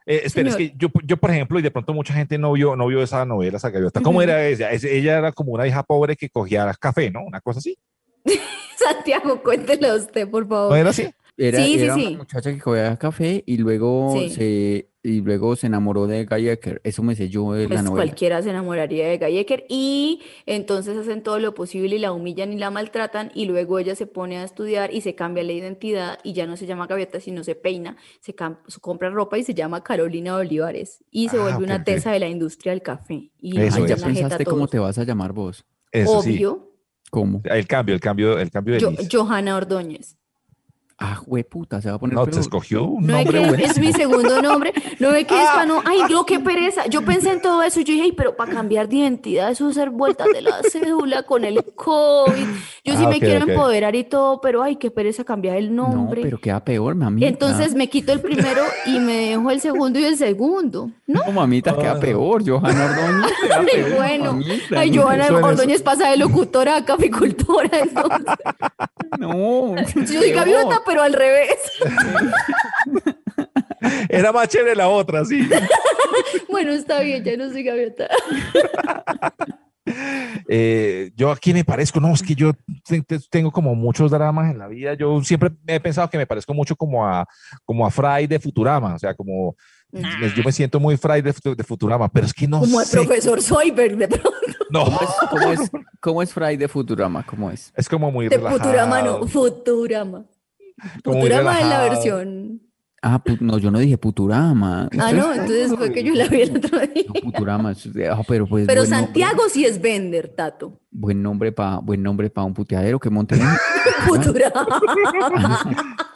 Speaker 4: Eh, espera, es
Speaker 6: Señor.
Speaker 4: que yo, yo, por ejemplo, y de pronto mucha gente no vio, no vio esa novela, esa gaviota. ¿Cómo
Speaker 6: Ujú.
Speaker 4: era ella? Es- Ella era como una hija pobre que cogía café, ¿no? Una cosa así.
Speaker 6: (laughs) Santiago, cuéntelo usted, por
Speaker 4: ¿No
Speaker 6: favor.
Speaker 4: era así?
Speaker 5: Era,
Speaker 6: Sí, sí,
Speaker 5: era
Speaker 6: sí.
Speaker 5: una muchacha que cogía café y luego
Speaker 6: Sí.
Speaker 5: se y luego se enamoró de Guy Ecker. Eso me sé yo de la
Speaker 6: Pues
Speaker 5: novela.
Speaker 6: cualquiera se enamoraría de Gallecker y entonces hacen todo lo posible y la humillan y la maltratan y luego ella se pone a estudiar y se cambia la identidad y ya no se llama Gaviota sino se peina, se cam- se compra ropa y se llama Carolina Olivares y se
Speaker 4: Ah,
Speaker 6: vuelve
Speaker 4: ok,
Speaker 6: una
Speaker 4: ok.
Speaker 6: tesa de la industria del café y
Speaker 4: Eso
Speaker 5: Ay,
Speaker 6: le
Speaker 5: ya
Speaker 4: es.
Speaker 6: meten la jeta a
Speaker 5: pensaste cómo
Speaker 6: todos.
Speaker 5: te vas a llamar vos.
Speaker 4: Eso sí.
Speaker 6: Obvio,
Speaker 5: ¿Cómo?
Speaker 4: El cambio, el cambio, el cambio de
Speaker 6: yo,
Speaker 4: Liz.
Speaker 6: Johanna Ordóñez.
Speaker 5: Ah, puta, se va a poner
Speaker 4: No, Ah,
Speaker 5: peor.
Speaker 4: se escogió un
Speaker 6: No ve
Speaker 4: nombre
Speaker 6: que
Speaker 4: buenísimo.
Speaker 6: es mi segundo nombre, no ve que es hispano. Ay, no, qué pereza. Yo pensé en todo eso y yo dije, "Ay, pero para cambiar de identidad, eso es hacer vueltas de la cédula con el COVID. Yo sí
Speaker 4: Ah,
Speaker 6: me
Speaker 4: ok,
Speaker 6: quiero
Speaker 4: ok.
Speaker 6: empoderar y todo, pero ay, qué pereza cambiar el
Speaker 5: No,
Speaker 6: nombre.
Speaker 5: pero queda peor, mamita.
Speaker 6: Entonces me quito el primero y me dejo el segundo y el segundo. No,
Speaker 5: No, mamita,
Speaker 4: Ah.
Speaker 5: queda peor. Johanna
Speaker 6: (laughs)
Speaker 5: Ordóñez queda
Speaker 6: Ay,
Speaker 5: peor,
Speaker 6: bueno.
Speaker 5: mamita,
Speaker 6: ay,
Speaker 5: no,
Speaker 6: Johanna
Speaker 4: suena eso.
Speaker 6: Ordóñez pasa de locutora a caficultora. (laughs) entonces.
Speaker 5: No.
Speaker 6: Yo soy
Speaker 5: peor.
Speaker 6: gaviota, pero al revés. (laughs)
Speaker 4: Era más chévere la otra, sí.
Speaker 6: Bueno, está bien, ya no soy gaviota.
Speaker 4: eh, yo a quién me parezco, no, es que yo te- te- tengo como muchos dramas en la vida, yo siempre he pensado que me parezco mucho como a, como a Fry de Futurama, o sea, como me- yo me siento muy Fry de, Fut- de Futurama, pero es que no
Speaker 6: Como el
Speaker 4: sé,
Speaker 6: profesor Soyberg de pronto.
Speaker 4: no,
Speaker 5: ¿Cómo es, cómo es Fry de Futurama? ¿Cómo es?
Speaker 4: es como muy
Speaker 6: De Futurama
Speaker 4: relajado.
Speaker 6: no, Futurama.
Speaker 4: como muy
Speaker 6: Futurama es la
Speaker 4: relajado.
Speaker 6: versión.
Speaker 5: Ah, pu- no, yo no dije Futurama.
Speaker 6: Ah, no, entonces fue que yo la vi el otro día.
Speaker 5: No, Futurama, es- ah, pero pues
Speaker 6: Pero
Speaker 5: buen nombre-
Speaker 6: Santiago sí es vender, Tato.
Speaker 5: buen nombre para buen nombre para un puteadero que monte. ¿Ah? (laughs)
Speaker 6: Futurama.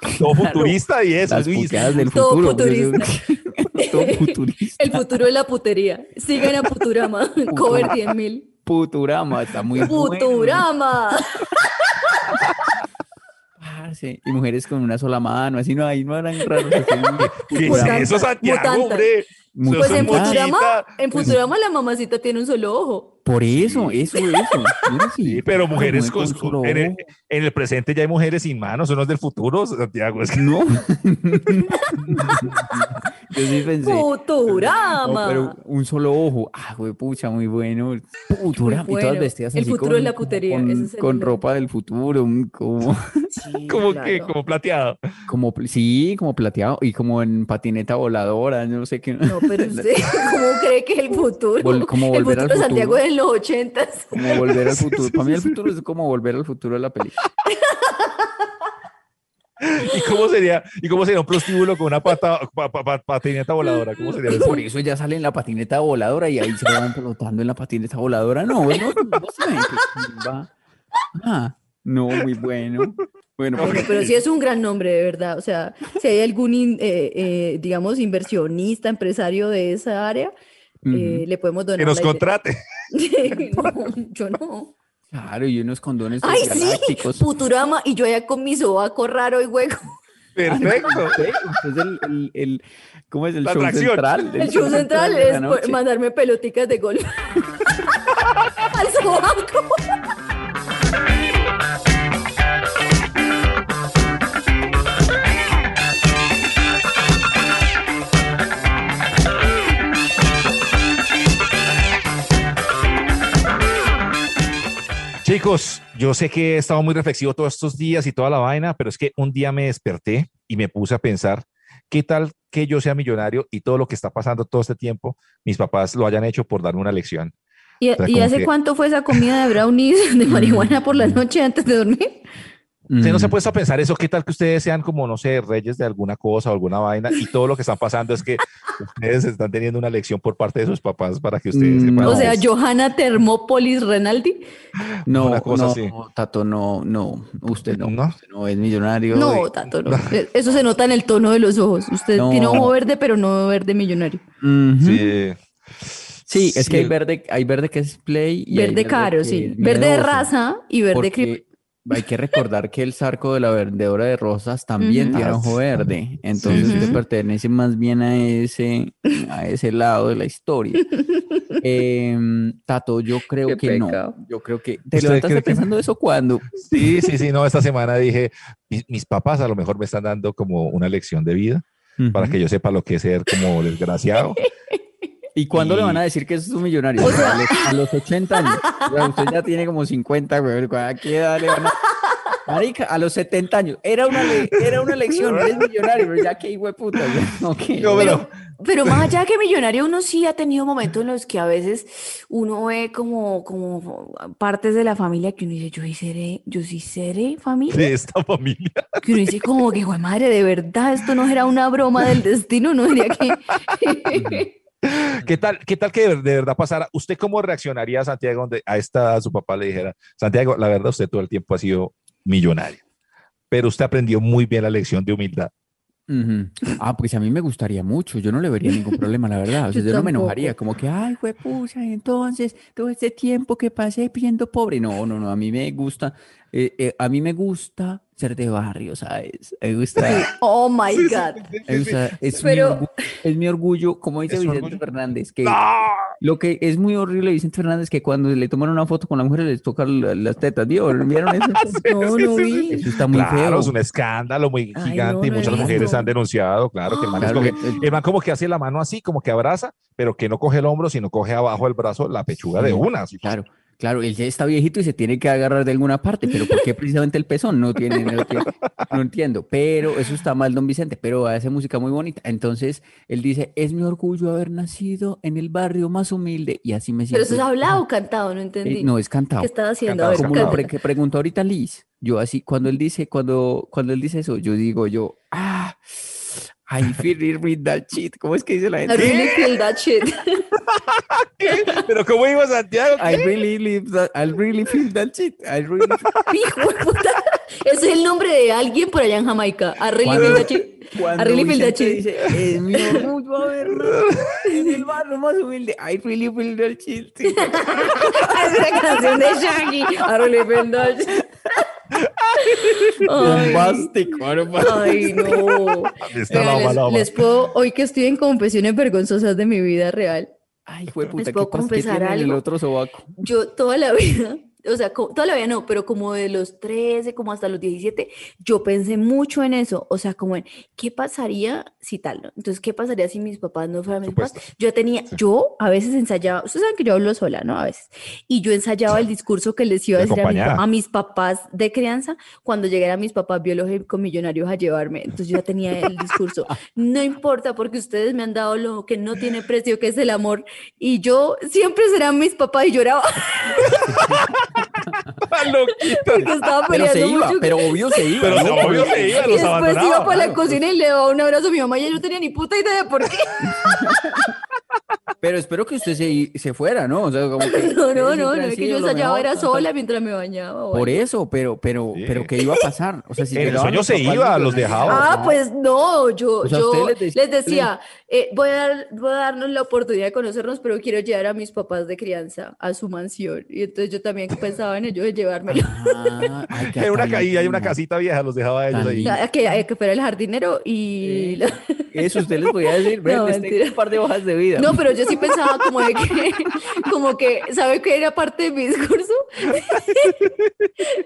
Speaker 6: (laughs)
Speaker 4: Todo futurista y (laughs) eso,
Speaker 5: Las
Speaker 4: Luis.
Speaker 5: puteadas del
Speaker 6: Todo
Speaker 5: futuro. por eso- (laughs)
Speaker 6: (laughs)
Speaker 5: Todo futurista.
Speaker 6: El futuro de la putería. Sigan a Futurama. (laughs) Cover 10.000.
Speaker 5: Futurama está muy bueno.
Speaker 6: Futurama.
Speaker 5: Parce, Y mujeres con una sola mano, así no, ahí no eran raros. así,
Speaker 6: (laughs)
Speaker 4: ¿Qué es
Speaker 5: Futurama.
Speaker 4: eso, Santiago,
Speaker 6: Mutanta.
Speaker 4: hombre?
Speaker 5: Muy
Speaker 6: Pues en
Speaker 5: fantástico.
Speaker 6: Futurama, en
Speaker 4: Pues-
Speaker 6: Futurama la mamacita tiene un solo ojo.
Speaker 5: Por eso, eso, eso. Mira,
Speaker 4: Sí, pero
Speaker 5: una
Speaker 4: mujeres
Speaker 5: mujer
Speaker 4: con-
Speaker 5: un solo
Speaker 4: en, el,
Speaker 5: ojo.
Speaker 4: en el presente ya hay mujeres sin manos, son los del futuro, Santiago. Es que
Speaker 5: No. Yo sí pensé. no,
Speaker 6: Futurama.
Speaker 5: pero un solo ojo. Ah, güey, pucha, muy bueno. Futurama.
Speaker 6: Muy
Speaker 5: Y todas
Speaker 6: bueno.
Speaker 5: vestidas
Speaker 6: El
Speaker 5: así
Speaker 6: futuro
Speaker 5: con,
Speaker 6: es la
Speaker 5: como
Speaker 6: putería,
Speaker 5: Con,
Speaker 6: ese es el
Speaker 5: con
Speaker 6: nombre.
Speaker 5: ropa del futuro. un- Como, (laughs)
Speaker 4: (laughs)
Speaker 6: Sí,
Speaker 4: como que,
Speaker 6: claro.
Speaker 4: como plateado.
Speaker 5: como, pl- sí, como plateado. Y como en patineta voladora. No sé qué. (laughs)
Speaker 6: No, pero usted, ¿cómo cree que es el futuro?
Speaker 5: Vol- como
Speaker 6: el
Speaker 5: volver al
Speaker 6: futuro de Santiago
Speaker 5: futuro.
Speaker 6: es en los
Speaker 5: (laughs)
Speaker 6: ochentas.
Speaker 5: Como volver al futuro. Para mí el futuro es como volver al futuro de
Speaker 4: (laughs)
Speaker 5: la película.
Speaker 4: ¿Y cómo sería, y cómo sería un prostíbulo con una pata, pa- pa- pa- patineta voladora? ¿Cómo
Speaker 6: (laughs)
Speaker 4: sería eso?
Speaker 5: Por eso ya sale en la patineta voladora y ahí se van pelotando en la patineta voladora. No, no, no se ven, qué chimba. Ah, no, muy bueno. Bueno,
Speaker 6: Bueno,
Speaker 5: pues,
Speaker 6: pero sí es un gran nombre, de verdad. O sea, si hay algún, in- eh, eh, digamos, inversionista, empresario de esa área,
Speaker 5: ujú.
Speaker 6: eh, le podemos donar.
Speaker 4: Que nos
Speaker 6: la (laughs) idea.
Speaker 4: contrate.
Speaker 6: No, yo no.
Speaker 5: Claro, y unos condones
Speaker 6: ¡Ay, sí!
Speaker 5: galácticos.
Speaker 6: Futurama y yo allá con mi sobaco raro y hueco.
Speaker 5: Ah,
Speaker 4: Perfecto.
Speaker 5: Es el, el, el- ¿Cómo es el
Speaker 4: La
Speaker 5: show
Speaker 4: atracción.
Speaker 5: central?
Speaker 6: El show central
Speaker 5: de la
Speaker 6: es po-
Speaker 5: noche.
Speaker 6: mandarme peloticas de golf. (laughs) Al sobaco.
Speaker 4: Chicos, yo sé que he estado muy reflexivo todos estos días y toda la vaina, pero es que un día me desperté y me puse a pensar, ¿qué tal que yo sea millonario y todo lo que está pasando todo este tiempo, mis papás lo hayan hecho por darme una lección?
Speaker 6: ¿Y,
Speaker 4: sea,
Speaker 6: y
Speaker 4: como
Speaker 6: hace
Speaker 4: que-
Speaker 6: cuánto fue esa comida de brownies (laughs) de marihuana por la noche antes de dormir?
Speaker 4: ¿Usted no se ha
Speaker 5: Mm.
Speaker 4: puesto a pensar eso? ¿Qué tal que ustedes sean como, no sé, reyes de alguna cosa o alguna vaina y todo lo que están pasando
Speaker 6: (laughs)
Speaker 4: es que ustedes están teniendo una lección por parte de sus papás para que ustedes sepan?
Speaker 5: No.
Speaker 6: O sea,
Speaker 4: eso?
Speaker 6: Johanna Termópolis Renaldi.
Speaker 5: No,
Speaker 4: una cosa
Speaker 5: no,
Speaker 4: así.
Speaker 5: Tato, no, no, usted no,
Speaker 4: ¿No?
Speaker 5: usted no es millonario.
Speaker 6: No,
Speaker 5: y-
Speaker 6: Tato,
Speaker 5: (laughs)
Speaker 6: no. Eh, Eso se nota en el tono de los ojos. Usted
Speaker 5: No.
Speaker 6: tiene ojo verde, pero no verde millonario.
Speaker 5: Ujú. sí.
Speaker 4: Sí.
Speaker 5: es que hay
Speaker 4: Sí.
Speaker 5: verde, hay verde que es play y hay
Speaker 6: Verde caro,
Speaker 5: que
Speaker 6: sí.
Speaker 5: es
Speaker 6: Verde de
Speaker 5: miedoso,
Speaker 6: raza y verde cri-
Speaker 5: porque Hay que recordar que el zarco de la vendedora de rosas también
Speaker 6: Ujú.
Speaker 5: tiene
Speaker 4: Ah,
Speaker 5: ojo
Speaker 4: sí.
Speaker 5: verde, entonces
Speaker 6: sí,
Speaker 5: usted
Speaker 6: sí.
Speaker 5: pertenece más bien a ese, a ese lado de la
Speaker 6: (laughs)
Speaker 5: historia. Em, Tato, yo creo
Speaker 6: Qué
Speaker 5: que
Speaker 6: pecado.
Speaker 5: no. Yo creo que te
Speaker 4: ¿Usted
Speaker 5: levantaste
Speaker 4: cree que-
Speaker 5: pensando eso cuando.
Speaker 4: Sí, sí, sí, no, esta semana dije, "Mi- mis papás a lo mejor me están dando como una lección de vida para que yo sepa lo que es ser como
Speaker 6: (laughs)
Speaker 4: desgraciado.
Speaker 5: ¿Y cuándo le van a
Speaker 4: Y-
Speaker 5: decir que es un millonario? a, los, a los 80 años. O sea, usted ya tiene como 50, güey. ¿A qué edad le van a... (laughs) Marica, a los 70 años. Era una, le- era una elección, eres millonario, pero ya que hijo de puta. güey. (laughs) No, ¿qué?
Speaker 4: No, pero-
Speaker 6: Pero más allá que millonario, uno sí ha tenido momentos en los que a veces uno ve como, como partes de la familia que uno dice, yo sí seré, yo sí seré familia.
Speaker 4: de esta familia.
Speaker 6: Que uno dice como que, "Jue madre, de verdad, esto no era una broma del destino, no era
Speaker 4: (laughs)
Speaker 6: que...
Speaker 4: ¿Qué tal, qué tal que de, de verdad pasara? ¿Usted cómo reaccionaría, Santiago, donde a esta edad su papá le dijera, Santiago, la verdad usted todo el tiempo ha sido millonario, pero usted aprendió muy bien la lección de humildad?
Speaker 5: Ujú. Ah, pues a mí me gustaría mucho, yo no le vería ningún problema, la verdad. O sea,
Speaker 6: Yo
Speaker 5: yo, no me
Speaker 6: tampoco.
Speaker 5: enojaría, como que, ay, pucha, entonces todo este tiempo que pasé viendo pobre. No, no, no, a mí me gusta, eh, eh, a mí me gusta ser de barrio, ¿sabes? Me gusta,
Speaker 6: Oh my God.
Speaker 5: O sea, es, mi
Speaker 6: Pero-
Speaker 5: orgu- es mi orgullo, como dice
Speaker 4: ¿Es su
Speaker 5: Vicente
Speaker 4: orgullo?
Speaker 5: Fernández, que lo que es muy horrible de Vicente Fernández que cuando le toman una foto con la mujer les tocan la- las tetas, ¿vieron? ¿Vieron
Speaker 4: (laughs)
Speaker 5: eso?
Speaker 6: No, no vi.
Speaker 5: Eso está muy
Speaker 4: Claro, es
Speaker 5: feo.
Speaker 4: un escándalo muy
Speaker 6: Ay,
Speaker 4: gigante
Speaker 6: no,
Speaker 4: y
Speaker 6: no
Speaker 4: muchas
Speaker 6: he
Speaker 4: mujeres
Speaker 6: visto.
Speaker 4: han denunciado, claro, que el man, es
Speaker 5: Claro, eh,
Speaker 4: lo que-
Speaker 5: el-
Speaker 4: el man como que hace la mano así, como que abraza, pero que no coge el hombro, sino coge abajo el brazo, la pechuga de
Speaker 5: Sí,
Speaker 4: una. así.
Speaker 5: Claro, Claro, él ya está viejito y se tiene que agarrar de alguna parte, pero ¿por qué precisamente el pezón? No tiene, no, tiene- no entiendo. Pero eso está mal, don Vicente, pero hace música muy bonita. Entonces, él dice, es mi orgullo haber nacido en el barrio más humilde y así me siento.
Speaker 6: Pero eso es hablado o cantado, no
Speaker 5: Eh,
Speaker 6: entendí.
Speaker 5: no, es cantado.
Speaker 6: ¿Qué estaba haciendo?
Speaker 4: cantado,
Speaker 6: A ver,
Speaker 5: Como lo
Speaker 4: cantado.
Speaker 6: cántala.
Speaker 5: pre- que preguntó ahorita Liz, yo así, cuando él dice, cuando, cuando él dice eso, yo digo yo, ah, I feel it with that shit. ¿Cómo es que dice la
Speaker 6: I
Speaker 5: gente?
Speaker 6: really feel that
Speaker 5: (laughs)
Speaker 6: shit.
Speaker 4: (laughs) Pero ¿cómo iba Santiago?
Speaker 5: I really live that, I really feel that shit. I really feel-
Speaker 6: Hijo de puta. Ese es el nombre de alguien por allá en Jamaica. I really feel that shit.
Speaker 5: Cuando
Speaker 6: I really feel that
Speaker 5: Vicente
Speaker 6: shit. (laughs)
Speaker 5: dice, es mi orgullo haber nacido en el barrio más humilde. I really feel that shit. (laughs)
Speaker 6: Es la canción de Shaggy. I really feel that shit.
Speaker 5: (laughs)
Speaker 6: Ay.
Speaker 5: Bombastic, bombastic.
Speaker 6: Ay, no.
Speaker 5: eh,
Speaker 4: Está
Speaker 6: Oiga,
Speaker 4: la
Speaker 6: les, les puedo, hoy que estoy en confesiones vergonzosas de mi vida real,
Speaker 5: Ay, fue puta, ¿qué
Speaker 6: puedo
Speaker 5: pasa? ¿Qué
Speaker 6: confesar
Speaker 5: tiene en el
Speaker 6: algo?
Speaker 5: otro (laughs) sobaco?
Speaker 6: yo toda la (laughs) vida, o sea, co- toda la vida no, pero como de los 13, como hasta los 17, yo pensé mucho en eso, o sea, como en qué pasaría si tal, ¿no? Entonces, ¿qué pasaría si mis papás no fueran mis papás? Yo tenía, yo a veces ensayaba, ustedes saben que yo hablo sola, ¿no? A veces, y yo ensayaba el discurso que les iba a
Speaker 4: Te
Speaker 6: decir a, mi pa-
Speaker 4: acompañaba.
Speaker 6: a mis papás de crianza cuando llegara mis papás biológicos millonarios a llevarme, entonces yo ya tenía el discurso, no importa porque ustedes me han dado lo que no tiene precio, que es el amor, y yo siempre serán mis papás y lloraba. (laughs) Porque estaba
Speaker 5: Pero
Speaker 6: peleando
Speaker 5: se iba,
Speaker 6: mucho.
Speaker 5: pero obvio se iba.
Speaker 4: Pero
Speaker 5: ¿no?
Speaker 4: obvio se iba,
Speaker 6: y
Speaker 4: los
Speaker 6: después iba
Speaker 4: abandonaba.
Speaker 6: para la cocina y le daba un abrazo a mi mamá y yo no tenía ni puta idea de por
Speaker 5: (laughs)
Speaker 6: qué. (laughs)
Speaker 5: Pero espero que usted se, se fuera, ¿no? O sea, como que
Speaker 6: (laughs) No, no,
Speaker 5: ustedes
Speaker 6: no, no,
Speaker 5: siempre han
Speaker 6: es que
Speaker 5: sido
Speaker 6: yo
Speaker 5: lo
Speaker 6: ensayaba
Speaker 5: mejor,
Speaker 6: era
Speaker 5: tal, tal.
Speaker 6: sola mientras me bañaba. o
Speaker 5: Por
Speaker 6: algo.
Speaker 5: eso, pero, pero,
Speaker 4: Sí.
Speaker 5: pero, ¿qué iba a pasar? O sea, si
Speaker 4: En el
Speaker 5: llegaban
Speaker 4: sueño
Speaker 5: los
Speaker 4: se
Speaker 5: papás
Speaker 4: iba, los
Speaker 5: millonarios,
Speaker 4: dejaba.
Speaker 6: Ah, pues no, yo,
Speaker 5: O sea,
Speaker 6: yo
Speaker 5: usted les
Speaker 6: les,
Speaker 5: decía-
Speaker 6: decía, eh, voy, a dar- voy a darnos la oportunidad de conocernos, pero quiero llevar a mis papás de crianza a su mansión. Y entonces yo también pensaba en ellos
Speaker 5: (laughs)
Speaker 6: de llevármelo. (laughs)
Speaker 5: Ah,
Speaker 4: (laughs)
Speaker 5: ay, qué
Speaker 4: Era una
Speaker 5: tan
Speaker 4: ca- y hay una
Speaker 5: lindo.
Speaker 4: casita vieja, los dejaba a ellos
Speaker 5: Tan
Speaker 4: ahí.
Speaker 5: lindo.
Speaker 6: A que, a que fuera el jardinero
Speaker 5: Sí.
Speaker 6: y... la-
Speaker 5: Eso usted les podía decir, ven,
Speaker 6: (laughs) No,
Speaker 5: les tengo
Speaker 6: mentira.
Speaker 5: un par de hojas de vida.
Speaker 4: (laughs)
Speaker 6: No, pero yo sí pensaba como de que, (laughs) como que, ¿sabe qué era parte de mi discurso? (laughs)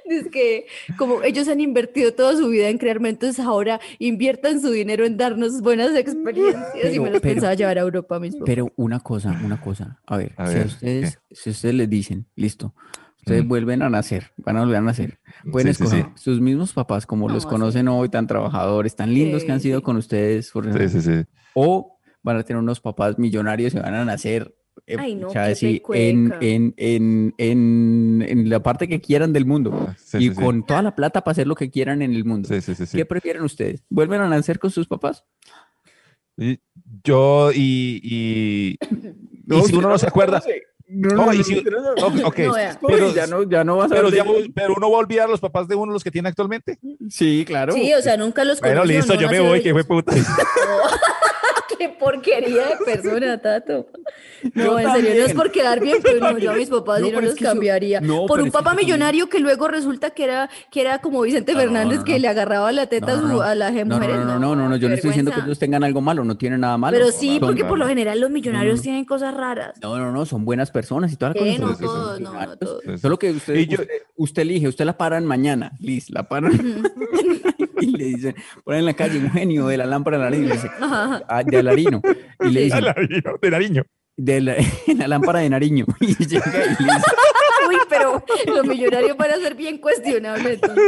Speaker 6: es que como ellos han invertido toda su vida en crearme, entonces ahora inviertan su dinero en darnos buenas experiencias y
Speaker 5: Pero-
Speaker 6: me los
Speaker 5: pero-
Speaker 6: pensaba llevar a Europa mismo.
Speaker 5: Pero una cosa, una cosa. A ver,
Speaker 4: A
Speaker 5: si,
Speaker 4: ver,
Speaker 5: a ustedes, si ustedes les dicen, listo, ustedes
Speaker 4: Ujú.
Speaker 5: vuelven a nacer, van a volver a nacer, pueden
Speaker 4: Sí, sí,
Speaker 5: escoger
Speaker 4: sí.
Speaker 5: sus mismos papás, como los
Speaker 6: No, sí.
Speaker 5: conocen hoy, tan trabajadores, tan lindos que han
Speaker 6: Sí,
Speaker 5: sido
Speaker 6: sí.
Speaker 5: con ustedes, por ejemplo,
Speaker 4: Sí, sí, sí.
Speaker 5: o van a tener unos papás millonarios y van a nacer. eh,
Speaker 6: Ay,
Speaker 5: o
Speaker 6: no,
Speaker 5: sea,
Speaker 6: qué
Speaker 5: sí, en,
Speaker 6: pecueca.
Speaker 5: en, en, en, en la parte que quieran del mundo
Speaker 4: Sí,
Speaker 5: y
Speaker 4: sí, sí.
Speaker 5: con toda la plata para hacer lo que quieran en el mundo.
Speaker 4: Sí, sí, sí, sí.
Speaker 5: ¿Qué prefieren ustedes? ¿Vuelven a nacer con sus papás?
Speaker 4: Y Yo y, y, y si uno no se acuerda, No, y si- (laughs) ok, ok,
Speaker 6: No, vea.
Speaker 4: pero,
Speaker 5: ya no, ya no vas a
Speaker 4: pero,
Speaker 5: ver
Speaker 4: ya-
Speaker 5: de-
Speaker 4: pero uno va a olvidar los papás de uno, los que tiene actualmente.
Speaker 5: Sí, claro.
Speaker 6: Sí, o sea, nunca los
Speaker 4: Bueno,
Speaker 6: conoció,
Speaker 4: listo,
Speaker 6: no
Speaker 4: yo me
Speaker 6: nació
Speaker 4: voy,
Speaker 6: de
Speaker 4: que fue
Speaker 6: ellos.
Speaker 4: puta.
Speaker 6: (laughs) Qué porquería
Speaker 5: (laughs)
Speaker 6: de persona, Tato. No,
Speaker 5: Yo
Speaker 6: en serio, no es
Speaker 5: también.
Speaker 6: por quedar
Speaker 5: (laughs)
Speaker 6: bien, pero no, yo a mis papás
Speaker 5: No,
Speaker 6: sí no
Speaker 5: pero es
Speaker 6: los
Speaker 5: que eso-
Speaker 6: cambiaría.
Speaker 5: No,
Speaker 6: por
Speaker 5: pero
Speaker 6: un
Speaker 5: es que
Speaker 6: papá
Speaker 5: yo también-
Speaker 6: millonario que luego resulta que era, que era como Vicente
Speaker 5: No, no,
Speaker 6: Fernández
Speaker 5: no,
Speaker 6: que
Speaker 5: no.
Speaker 6: le agarraba la teta a
Speaker 5: No, no,
Speaker 6: su-
Speaker 5: no.
Speaker 6: a las
Speaker 5: No, no,
Speaker 6: mujeres.
Speaker 5: no, no, no, no, no, yo no estoy diciendo que
Speaker 6: vergüenza.
Speaker 5: ellos tengan algo malo, no tienen nada malo.
Speaker 6: Pero sí,
Speaker 4: no,
Speaker 5: Son-
Speaker 6: porque por lo
Speaker 4: no.
Speaker 6: general los millonarios
Speaker 5: no.
Speaker 6: tienen cosas raras.
Speaker 5: No, no, no, son buenas personas y toda la cosa.
Speaker 6: Eh,
Speaker 5: son
Speaker 6: no
Speaker 4: sí, sí, sí.
Speaker 6: todos, no, no todos. (laughs)
Speaker 5: Solo que usted,
Speaker 4: Y yo-
Speaker 5: usted, usted elige, usted la paran mañana, Liz, la paran y le dicen, ponen en la calle un genio de la lámpara de Alarino, dice,
Speaker 6: Ajá.
Speaker 5: ah, de Alarino, y le dicen,
Speaker 4: (laughs) De Nariño.
Speaker 5: de la, (laughs) la lámpara de Nariño, (laughs) y llega y le dice,
Speaker 6: Uy, pero los millonarios van a ser bien cuestionables. entonces.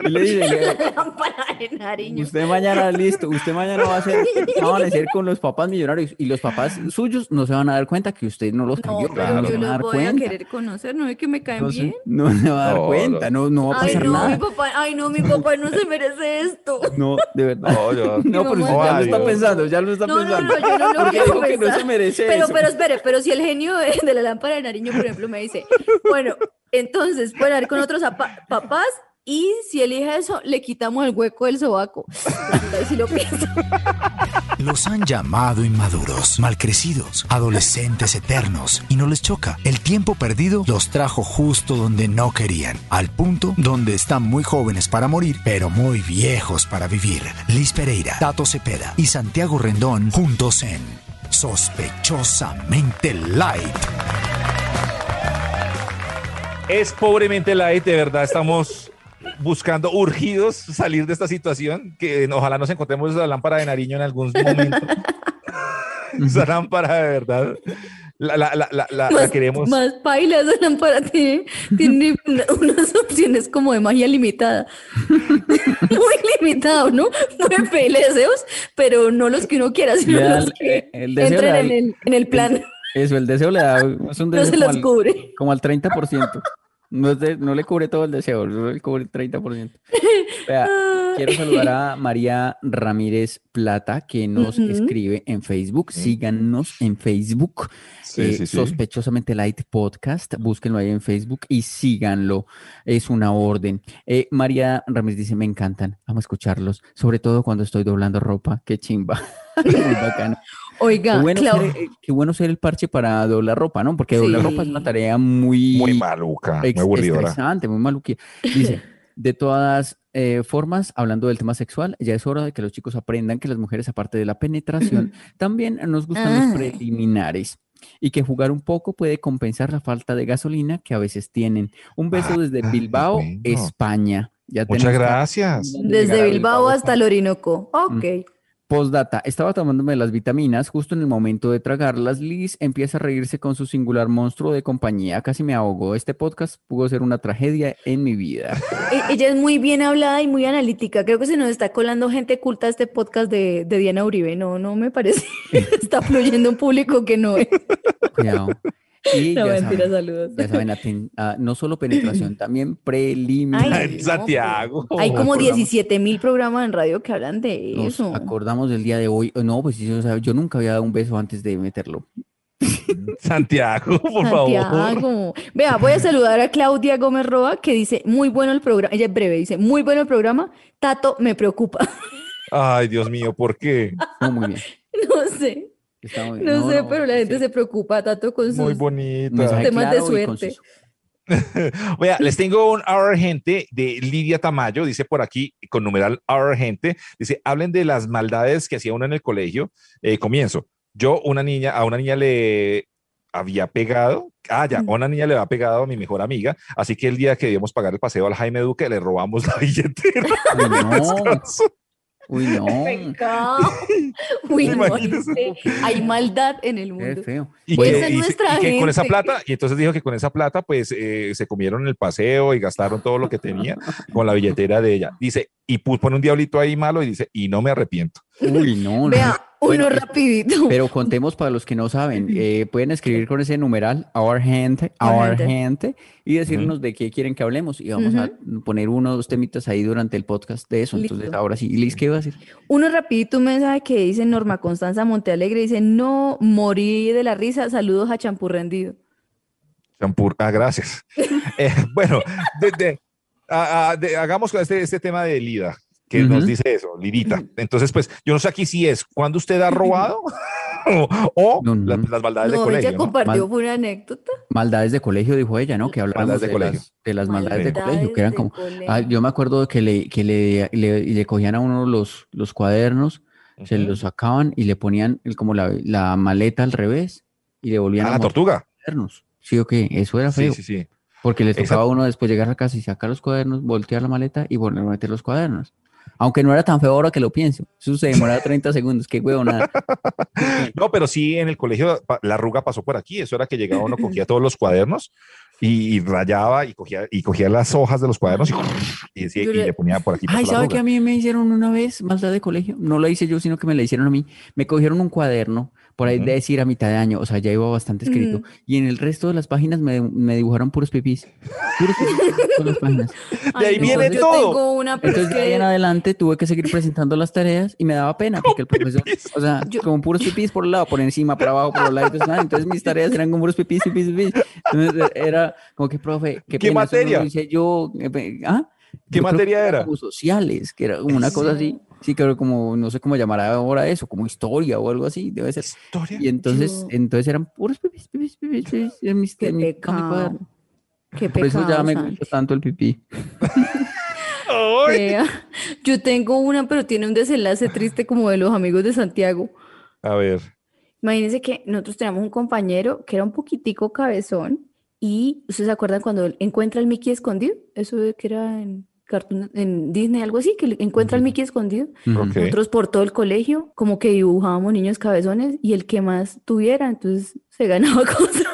Speaker 5: y le
Speaker 6: (laughs)
Speaker 5: dicen,
Speaker 6: Lámpara de Nariño.
Speaker 5: Usted mañana, listo, usted mañana va a, ser, va a amanecer con los papás millonarios y los papás suyos no se van a dar cuenta que usted no los
Speaker 6: No,
Speaker 5: cambió,
Speaker 6: pero
Speaker 4: claro,
Speaker 5: no se
Speaker 6: yo
Speaker 5: van a
Speaker 6: los
Speaker 5: dar
Speaker 6: voy a
Speaker 5: cuenta.
Speaker 6: querer conocer, no es que me caen
Speaker 5: No se,
Speaker 6: bien.
Speaker 5: no se va a dar
Speaker 4: No,
Speaker 5: cuenta, no, no va a
Speaker 6: Ay,
Speaker 5: pasar
Speaker 6: no, mi
Speaker 5: nada.
Speaker 6: papá, ay, no, mi papá no se merece esto.
Speaker 5: No, de verdad.
Speaker 4: No, yo-
Speaker 5: No,
Speaker 6: Mi
Speaker 5: pero
Speaker 6: mamá
Speaker 5: usted ya lo
Speaker 4: dice-
Speaker 5: está pensando, ya lo está
Speaker 6: No, no,
Speaker 5: pensando.
Speaker 6: no, yo no lo
Speaker 5: Porque
Speaker 6: voy a
Speaker 5: dijo que no
Speaker 6: pensar.
Speaker 5: se merece
Speaker 6: Pero,
Speaker 5: eso.
Speaker 6: pero espere, pero si el genio de de la lámpara de Nariño, por ejemplo, me dice, bueno, entonces pueden hablar con otros apa- papás y si elija eso, le quitamos el hueco del sobaco. Ahí sí lo pienso.
Speaker 1: Los han llamado inmaduros, malcrecidos, adolescentes eternos y no les choca. El tiempo perdido los trajo justo donde no querían, al punto donde están muy jóvenes para morir, pero muy viejos para vivir. Liz Pereira, Tato Cepeda y Santiago Rendón juntos en Sospechosamente Light.
Speaker 4: Es pobremente light, de verdad estamos buscando urgidos salir de esta situación, que eh, ojalá nos encontremos (laughs) esa lámpara de Nariño en algún momento. esa lámpara de verdad La, la, la, la, Ah, la- la
Speaker 6: más,
Speaker 4: queremos.
Speaker 6: más pailas (laughs) de lámpara tiene, tiene una- unas opciones como de magia limitada. (laughs) Muy limitado, ¿no? Puede pedirle deseos, pero no los que uno quiera, sino
Speaker 5: Ya,
Speaker 6: los que
Speaker 5: el- el deseo
Speaker 6: entran
Speaker 5: la-
Speaker 6: en el, en el plan.
Speaker 5: Eso, el deseo le da. Es un
Speaker 6: no
Speaker 5: deseo
Speaker 6: se
Speaker 5: como
Speaker 6: los
Speaker 5: al,
Speaker 6: cubre.
Speaker 5: como al 30%. No, es de- no le cubre todo el deseo, solo le cubre el 30%. Vea,
Speaker 6: (laughs)
Speaker 5: Ah, quiero saludar a María Ramírez Plata, que nos
Speaker 6: Ujú.
Speaker 5: escribe en Facebook. Síganos en Facebook. eh,
Speaker 4: Sí, sí, sí.
Speaker 5: Sospechosamente Light Podcast, búsquenlo ahí en Facebook y síganlo, es una orden. Eh, María Ramírez dice, me encantan, amo escucharlos, sobre todo cuando estoy doblando ropa, qué chimba, (laughs) muy bacano. Qué
Speaker 6: Oiga,
Speaker 5: bueno,
Speaker 6: Clau-
Speaker 5: ser, eh, qué bueno ser el parche para doblar ropa, ¿no? Porque doblar ropa es una
Speaker 6: Sí.
Speaker 5: tarea muy,
Speaker 4: Muy maluca, muy
Speaker 5: ex-
Speaker 4: aburridora.
Speaker 5: estresante, muy maluquía. Dice,
Speaker 6: (laughs)
Speaker 5: de todas eh, formas, hablando del tema sexual, ya es hora de que los chicos aprendan que las mujeres, aparte de la penetración, también nos gustan
Speaker 6: Ah.
Speaker 5: los preliminares y que jugar un poco puede compensar la falta de gasolina que a veces tienen. Un beso desde
Speaker 4: Ah,
Speaker 5: Bilbao,
Speaker 4: bueno.
Speaker 5: España. Ya
Speaker 4: Muchas
Speaker 5: tenemos la-
Speaker 4: gracias.
Speaker 5: dónde llegar
Speaker 6: desde
Speaker 5: a
Speaker 6: Bilbao hasta
Speaker 5: España.
Speaker 6: el Orinoco.
Speaker 5: Mm.
Speaker 6: Ok.
Speaker 5: Postdata, estaba tomándome las vitaminas, justo en el momento de tragarlas, Liz empieza a reírse con su singular monstruo de compañía, casi me ahogó. Este podcast pudo ser una tragedia en mi
Speaker 6: (laughs)
Speaker 5: vida.
Speaker 6: E- Ella es muy bien hablada y muy analítica. Creo que se nos está colando gente culta a este podcast de, de Diana Uribe. No, no me parece. (laughs) está fluyendo un público que no es.
Speaker 5: Cuidado. Y
Speaker 6: No,
Speaker 5: ya,
Speaker 6: mentira,
Speaker 5: saben,
Speaker 6: saludos.
Speaker 5: ya
Speaker 6: (laughs)
Speaker 5: saben, aten- ah, no solo penetración,
Speaker 6: (clears throat)
Speaker 5: también preliminar.
Speaker 6: Ay,
Speaker 4: En Santiago.
Speaker 6: Hay como
Speaker 4: Programa.
Speaker 6: 17 mil programas en radio que hablan de
Speaker 5: Nos
Speaker 6: eso.
Speaker 5: acordamos del día de hoy. Oh, No, pues sí, o sea, yo nunca había dado un beso antes de meterlo.
Speaker 4: Santiago, por favor.
Speaker 6: Santiago. Vea, voy a saludar a Claudia Gómez Roa que dice, muy bueno el programa, ella es breve, dice, muy bueno el programa, Tato me preocupa. (laughs)
Speaker 4: Ay, Dios mío, ¿por qué?
Speaker 5: No, muy bien.
Speaker 6: No sé,
Speaker 5: Está muy-
Speaker 6: no, sé, pero la
Speaker 5: sí.
Speaker 6: gente se preocupa, Tato, con
Speaker 4: Muy
Speaker 6: sus... (laughs)
Speaker 4: bonita.
Speaker 5: Mensaje
Speaker 6: temas de
Speaker 5: claro y
Speaker 6: suerte.
Speaker 5: conciso.
Speaker 4: Oiga, les tengo un Our Gente de Lidia Tamayo, dice por aquí, con numeral Our Gente, dice, hablen de las maldades que hacía uno en el colegio. Eh, comienzo. Yo, una niña, a una niña le había pegado, ah, ya, a una niña le había pegado a mi mejor amiga, así que el día que debíamos pagar el paseo al Jaime Duque, le robamos la (laughs) billetera.
Speaker 5: Uy,
Speaker 6: (laughs)
Speaker 5: no.
Speaker 4: Descanso.
Speaker 5: Uy, no.
Speaker 6: Pecado.
Speaker 4: (laughs)
Speaker 6: Uy, no,
Speaker 4: Imagínese.
Speaker 6: gente, hay maldad en el
Speaker 5: Qué
Speaker 6: mundo.
Speaker 5: feo.
Speaker 4: Y
Speaker 5: Bueno,
Speaker 6: Pues
Speaker 4: que,
Speaker 6: esa es
Speaker 4: y se-
Speaker 6: nuestra
Speaker 4: y que con esa
Speaker 6: gente.
Speaker 4: plata, y entonces dijo que con esa plata, pues eh, se comieron el paseo y gastaron todo lo que tenía con la billetera de ella. Dice, y pu- pone un diablito ahí malo y dice, y no me arrepiento.
Speaker 5: Uy, no. no.
Speaker 6: Vea,
Speaker 5: Bueno,
Speaker 6: uno rapidito.
Speaker 5: Pero contemos para los que no saben, eh, pueden escribir con ese numeral, our gente,
Speaker 6: Our
Speaker 5: our
Speaker 6: gente.
Speaker 5: gente, y decirnos de qué quieren que hablemos. Y vamos a poner uno o dos temitas ahí durante el podcast de eso. Entonces,
Speaker 6: Listo.
Speaker 5: ahora sí, Liz, ¿qué va a decir?
Speaker 6: Uno rapidito, un mensaje que dice Norma Constanza Montealegre, dice, no morí de la risa, saludos a Champú Rendido.
Speaker 4: Champur, ah, gracias.
Speaker 6: (laughs)
Speaker 4: Eh, bueno, de- de- ah, ah, de- hagamos con este, este tema de Lida, que nos
Speaker 5: Ujú.
Speaker 4: dice eso, Lidita. Entonces, pues, yo no sé aquí si es cuando usted ha robado (laughs) o, o
Speaker 5: No, no,
Speaker 4: la-
Speaker 5: no.
Speaker 4: las maldades
Speaker 6: No,
Speaker 4: de colegio.
Speaker 6: ella
Speaker 4: ¿no?
Speaker 6: compartió
Speaker 5: Mal-
Speaker 6: fue una anécdota.
Speaker 5: Maldades de colegio, dijo ella, ¿no? Que hablamos
Speaker 4: Maldades
Speaker 5: de,
Speaker 4: de colegio.
Speaker 5: las, de las maldades de
Speaker 6: Maldades
Speaker 5: colegio, que eran
Speaker 6: de
Speaker 5: como... ah,
Speaker 6: colegio.
Speaker 5: yo me acuerdo que le, que le, le- y le cogían a uno los, los cuadernos, se
Speaker 4: Ujú.
Speaker 5: los sacaban y le ponían el- como la, la maleta al revés y le volvían
Speaker 4: Ah,
Speaker 5: a
Speaker 4: la
Speaker 5: mostrar
Speaker 4: tortuga.
Speaker 5: los cuadernos. Sí, o qué, eso era
Speaker 4: Sí,
Speaker 5: feo.
Speaker 4: sí, sí.
Speaker 5: Porque le
Speaker 4: Esa-
Speaker 5: tocaba a uno después llegar a casa y sacar los cuadernos, voltear la maleta y volver a meter los cuadernos. Aunque no era tan feo ahora que lo pienso. Eso
Speaker 4: (laughs)
Speaker 5: se demoraba 30 segundos. Qué huevo, nada.
Speaker 4: No, pero sí en el colegio pa- la arruga pasó por aquí. Eso era que llegaba uno, cogía todos los cuadernos y, y rayaba y cogía, y cogía las hojas de los cuadernos y, y decía- (laughs)
Speaker 6: Yo
Speaker 4: y
Speaker 6: le-
Speaker 4: le ponía por aquí. pasó
Speaker 5: Ay,
Speaker 4: la
Speaker 5: ¿sabe
Speaker 4: arruga.
Speaker 5: que a mí me hicieron una vez maldad de colegio? No la hice yo, sino que me la hicieron a mí. Me cogieron un cuaderno, por ahí
Speaker 4: Ujú.
Speaker 5: de decir a mitad de año, o sea, ya iba bastante escrito.
Speaker 6: Ujú.
Speaker 5: Y en el resto de las páginas me, me dibujaron puros pipis. Puros pipis en todas las páginas.
Speaker 6: Ay,
Speaker 4: ahí
Speaker 6: no,
Speaker 4: viene
Speaker 6: yo
Speaker 4: todo.
Speaker 6: tengo una, pero
Speaker 5: Entonces,
Speaker 6: es
Speaker 5: de ahí
Speaker 6: que-
Speaker 5: en adelante tuve que seguir presentando las tareas y me daba pena porque el profesor, o sea,
Speaker 6: Yo-
Speaker 5: como puros pipis por un lado, por encima, por abajo, por los lados. nada. Entonces, mis tareas eran como puros pipis, pipis, pipis. Entonces, eh, era como que, profe,
Speaker 4: ¿Qué
Speaker 5: qué, pena, eso no
Speaker 4: materia?
Speaker 5: lo hice yo. eh, pe- ¿ah?
Speaker 4: ¿Qué
Speaker 5: Yo creo
Speaker 4: materia
Speaker 5: que
Speaker 4: era?
Speaker 5: Como sociales, que era como una cosa así. Sí, creo como, no sé cómo llamar ahora eso, como historia o algo así, debe ser.
Speaker 4: Historia.
Speaker 5: Y entonces,
Speaker 6: Yo-
Speaker 5: entonces eran puros pipis, pipis, pipis, pipis. en mis-
Speaker 6: Qué
Speaker 5: en mi- en mi
Speaker 6: pecado.
Speaker 5: cuaderno.
Speaker 6: Qué
Speaker 5: Por eso ya
Speaker 6: pecado,
Speaker 5: me
Speaker 6: Santi.
Speaker 5: gusta tanto el pipí.
Speaker 6: Vea, yo tengo una, pero tiene un desenlace triste como de los amigos de Santiago.
Speaker 4: A ver.
Speaker 6: Imagínense que nosotros teníamos un compañero que era un poquitico cabezón y ¿ustedes se acuerdan cuando él encuentra el Mickey escondido? Eso de que era en Cartoon- en Disney, algo así, que encuentra al Mickey escondido.
Speaker 5: Ujú.
Speaker 4: Ok.
Speaker 6: Nosotros por todo el colegio, como que dibujábamos niños cabezones y el que más tuviera, entonces se ganaba (laughs) cosas.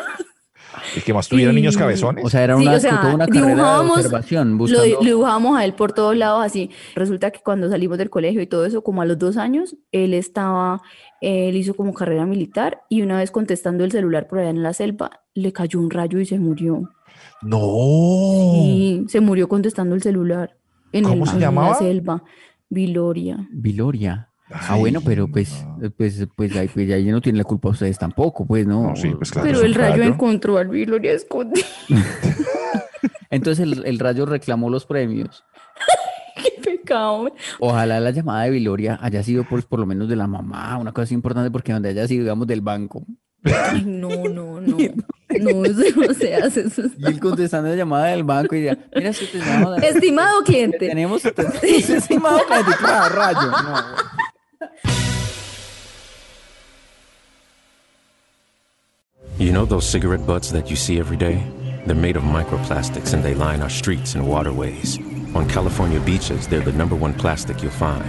Speaker 4: El que más tuviera niños
Speaker 6: Y-
Speaker 4: cabezones.
Speaker 5: O sea, era
Speaker 6: Pues Sí,
Speaker 5: una,
Speaker 6: o sea,
Speaker 5: toda una carrera de
Speaker 6: dibujábamos-
Speaker 5: observación,
Speaker 6: Lo,
Speaker 5: buscando...
Speaker 6: lo dibujábamos a él por todos lados, así. Resulta que cuando salimos del colegio y todo eso, como a los dos años, él estaba, él hizo como carrera militar y una vez contestando el celular por allá en la selva, le cayó un rayo y se murió.
Speaker 4: no.
Speaker 6: Y se murió contestando el celular en, el-
Speaker 4: ¿Cómo se
Speaker 6: en
Speaker 4: llamaba?
Speaker 6: la selva. Viloria.
Speaker 5: Viloria. Ah,
Speaker 4: Ay,
Speaker 5: bueno, pero pues,
Speaker 4: no.
Speaker 5: eh, pues, pues ahí, pues ahí no tienen la culpa ustedes tampoco, pues no.
Speaker 4: No, sí, pues claro.
Speaker 6: Pero
Speaker 4: es
Speaker 6: el
Speaker 4: un
Speaker 6: rayo,
Speaker 4: rayo.
Speaker 6: encontró al Viloria escondido.
Speaker 5: Entonces el, el rayo reclamó los premios.
Speaker 6: ¡Qué pecado! hombre!
Speaker 5: Ojalá la llamada de Viloria haya sido por, por lo menos de la mamá, una cosa así importante, porque donde haya sido, digamos, del banco.
Speaker 6: Ay, no, no, no. No, eso no se hace. eso es-
Speaker 5: Y él contestando la llamada del banco y diría, mira, si te llamo de-
Speaker 6: (laughs) Estimado
Speaker 5: te
Speaker 6: cliente.
Speaker 5: tenemos, (laughs) te tenemos estimado cliente". Claro, rayo. no.
Speaker 7: You know those cigarette butts that you see every day? They're made of microplastics and they line our streets and waterways. On California beaches, they're the number one plastic you'll find.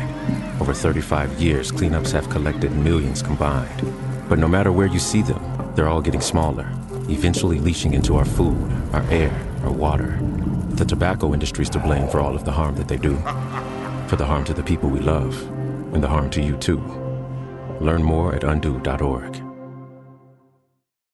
Speaker 7: Over 35 years, cleanups have collected millions combined. But no matter where you see them, they're all getting smaller, eventually leaching into our food, our air, our water. The tobacco industry's to blame for all of the harm that they do, for the harm to the people we love, and the harm to you too. Learn more at undo.org.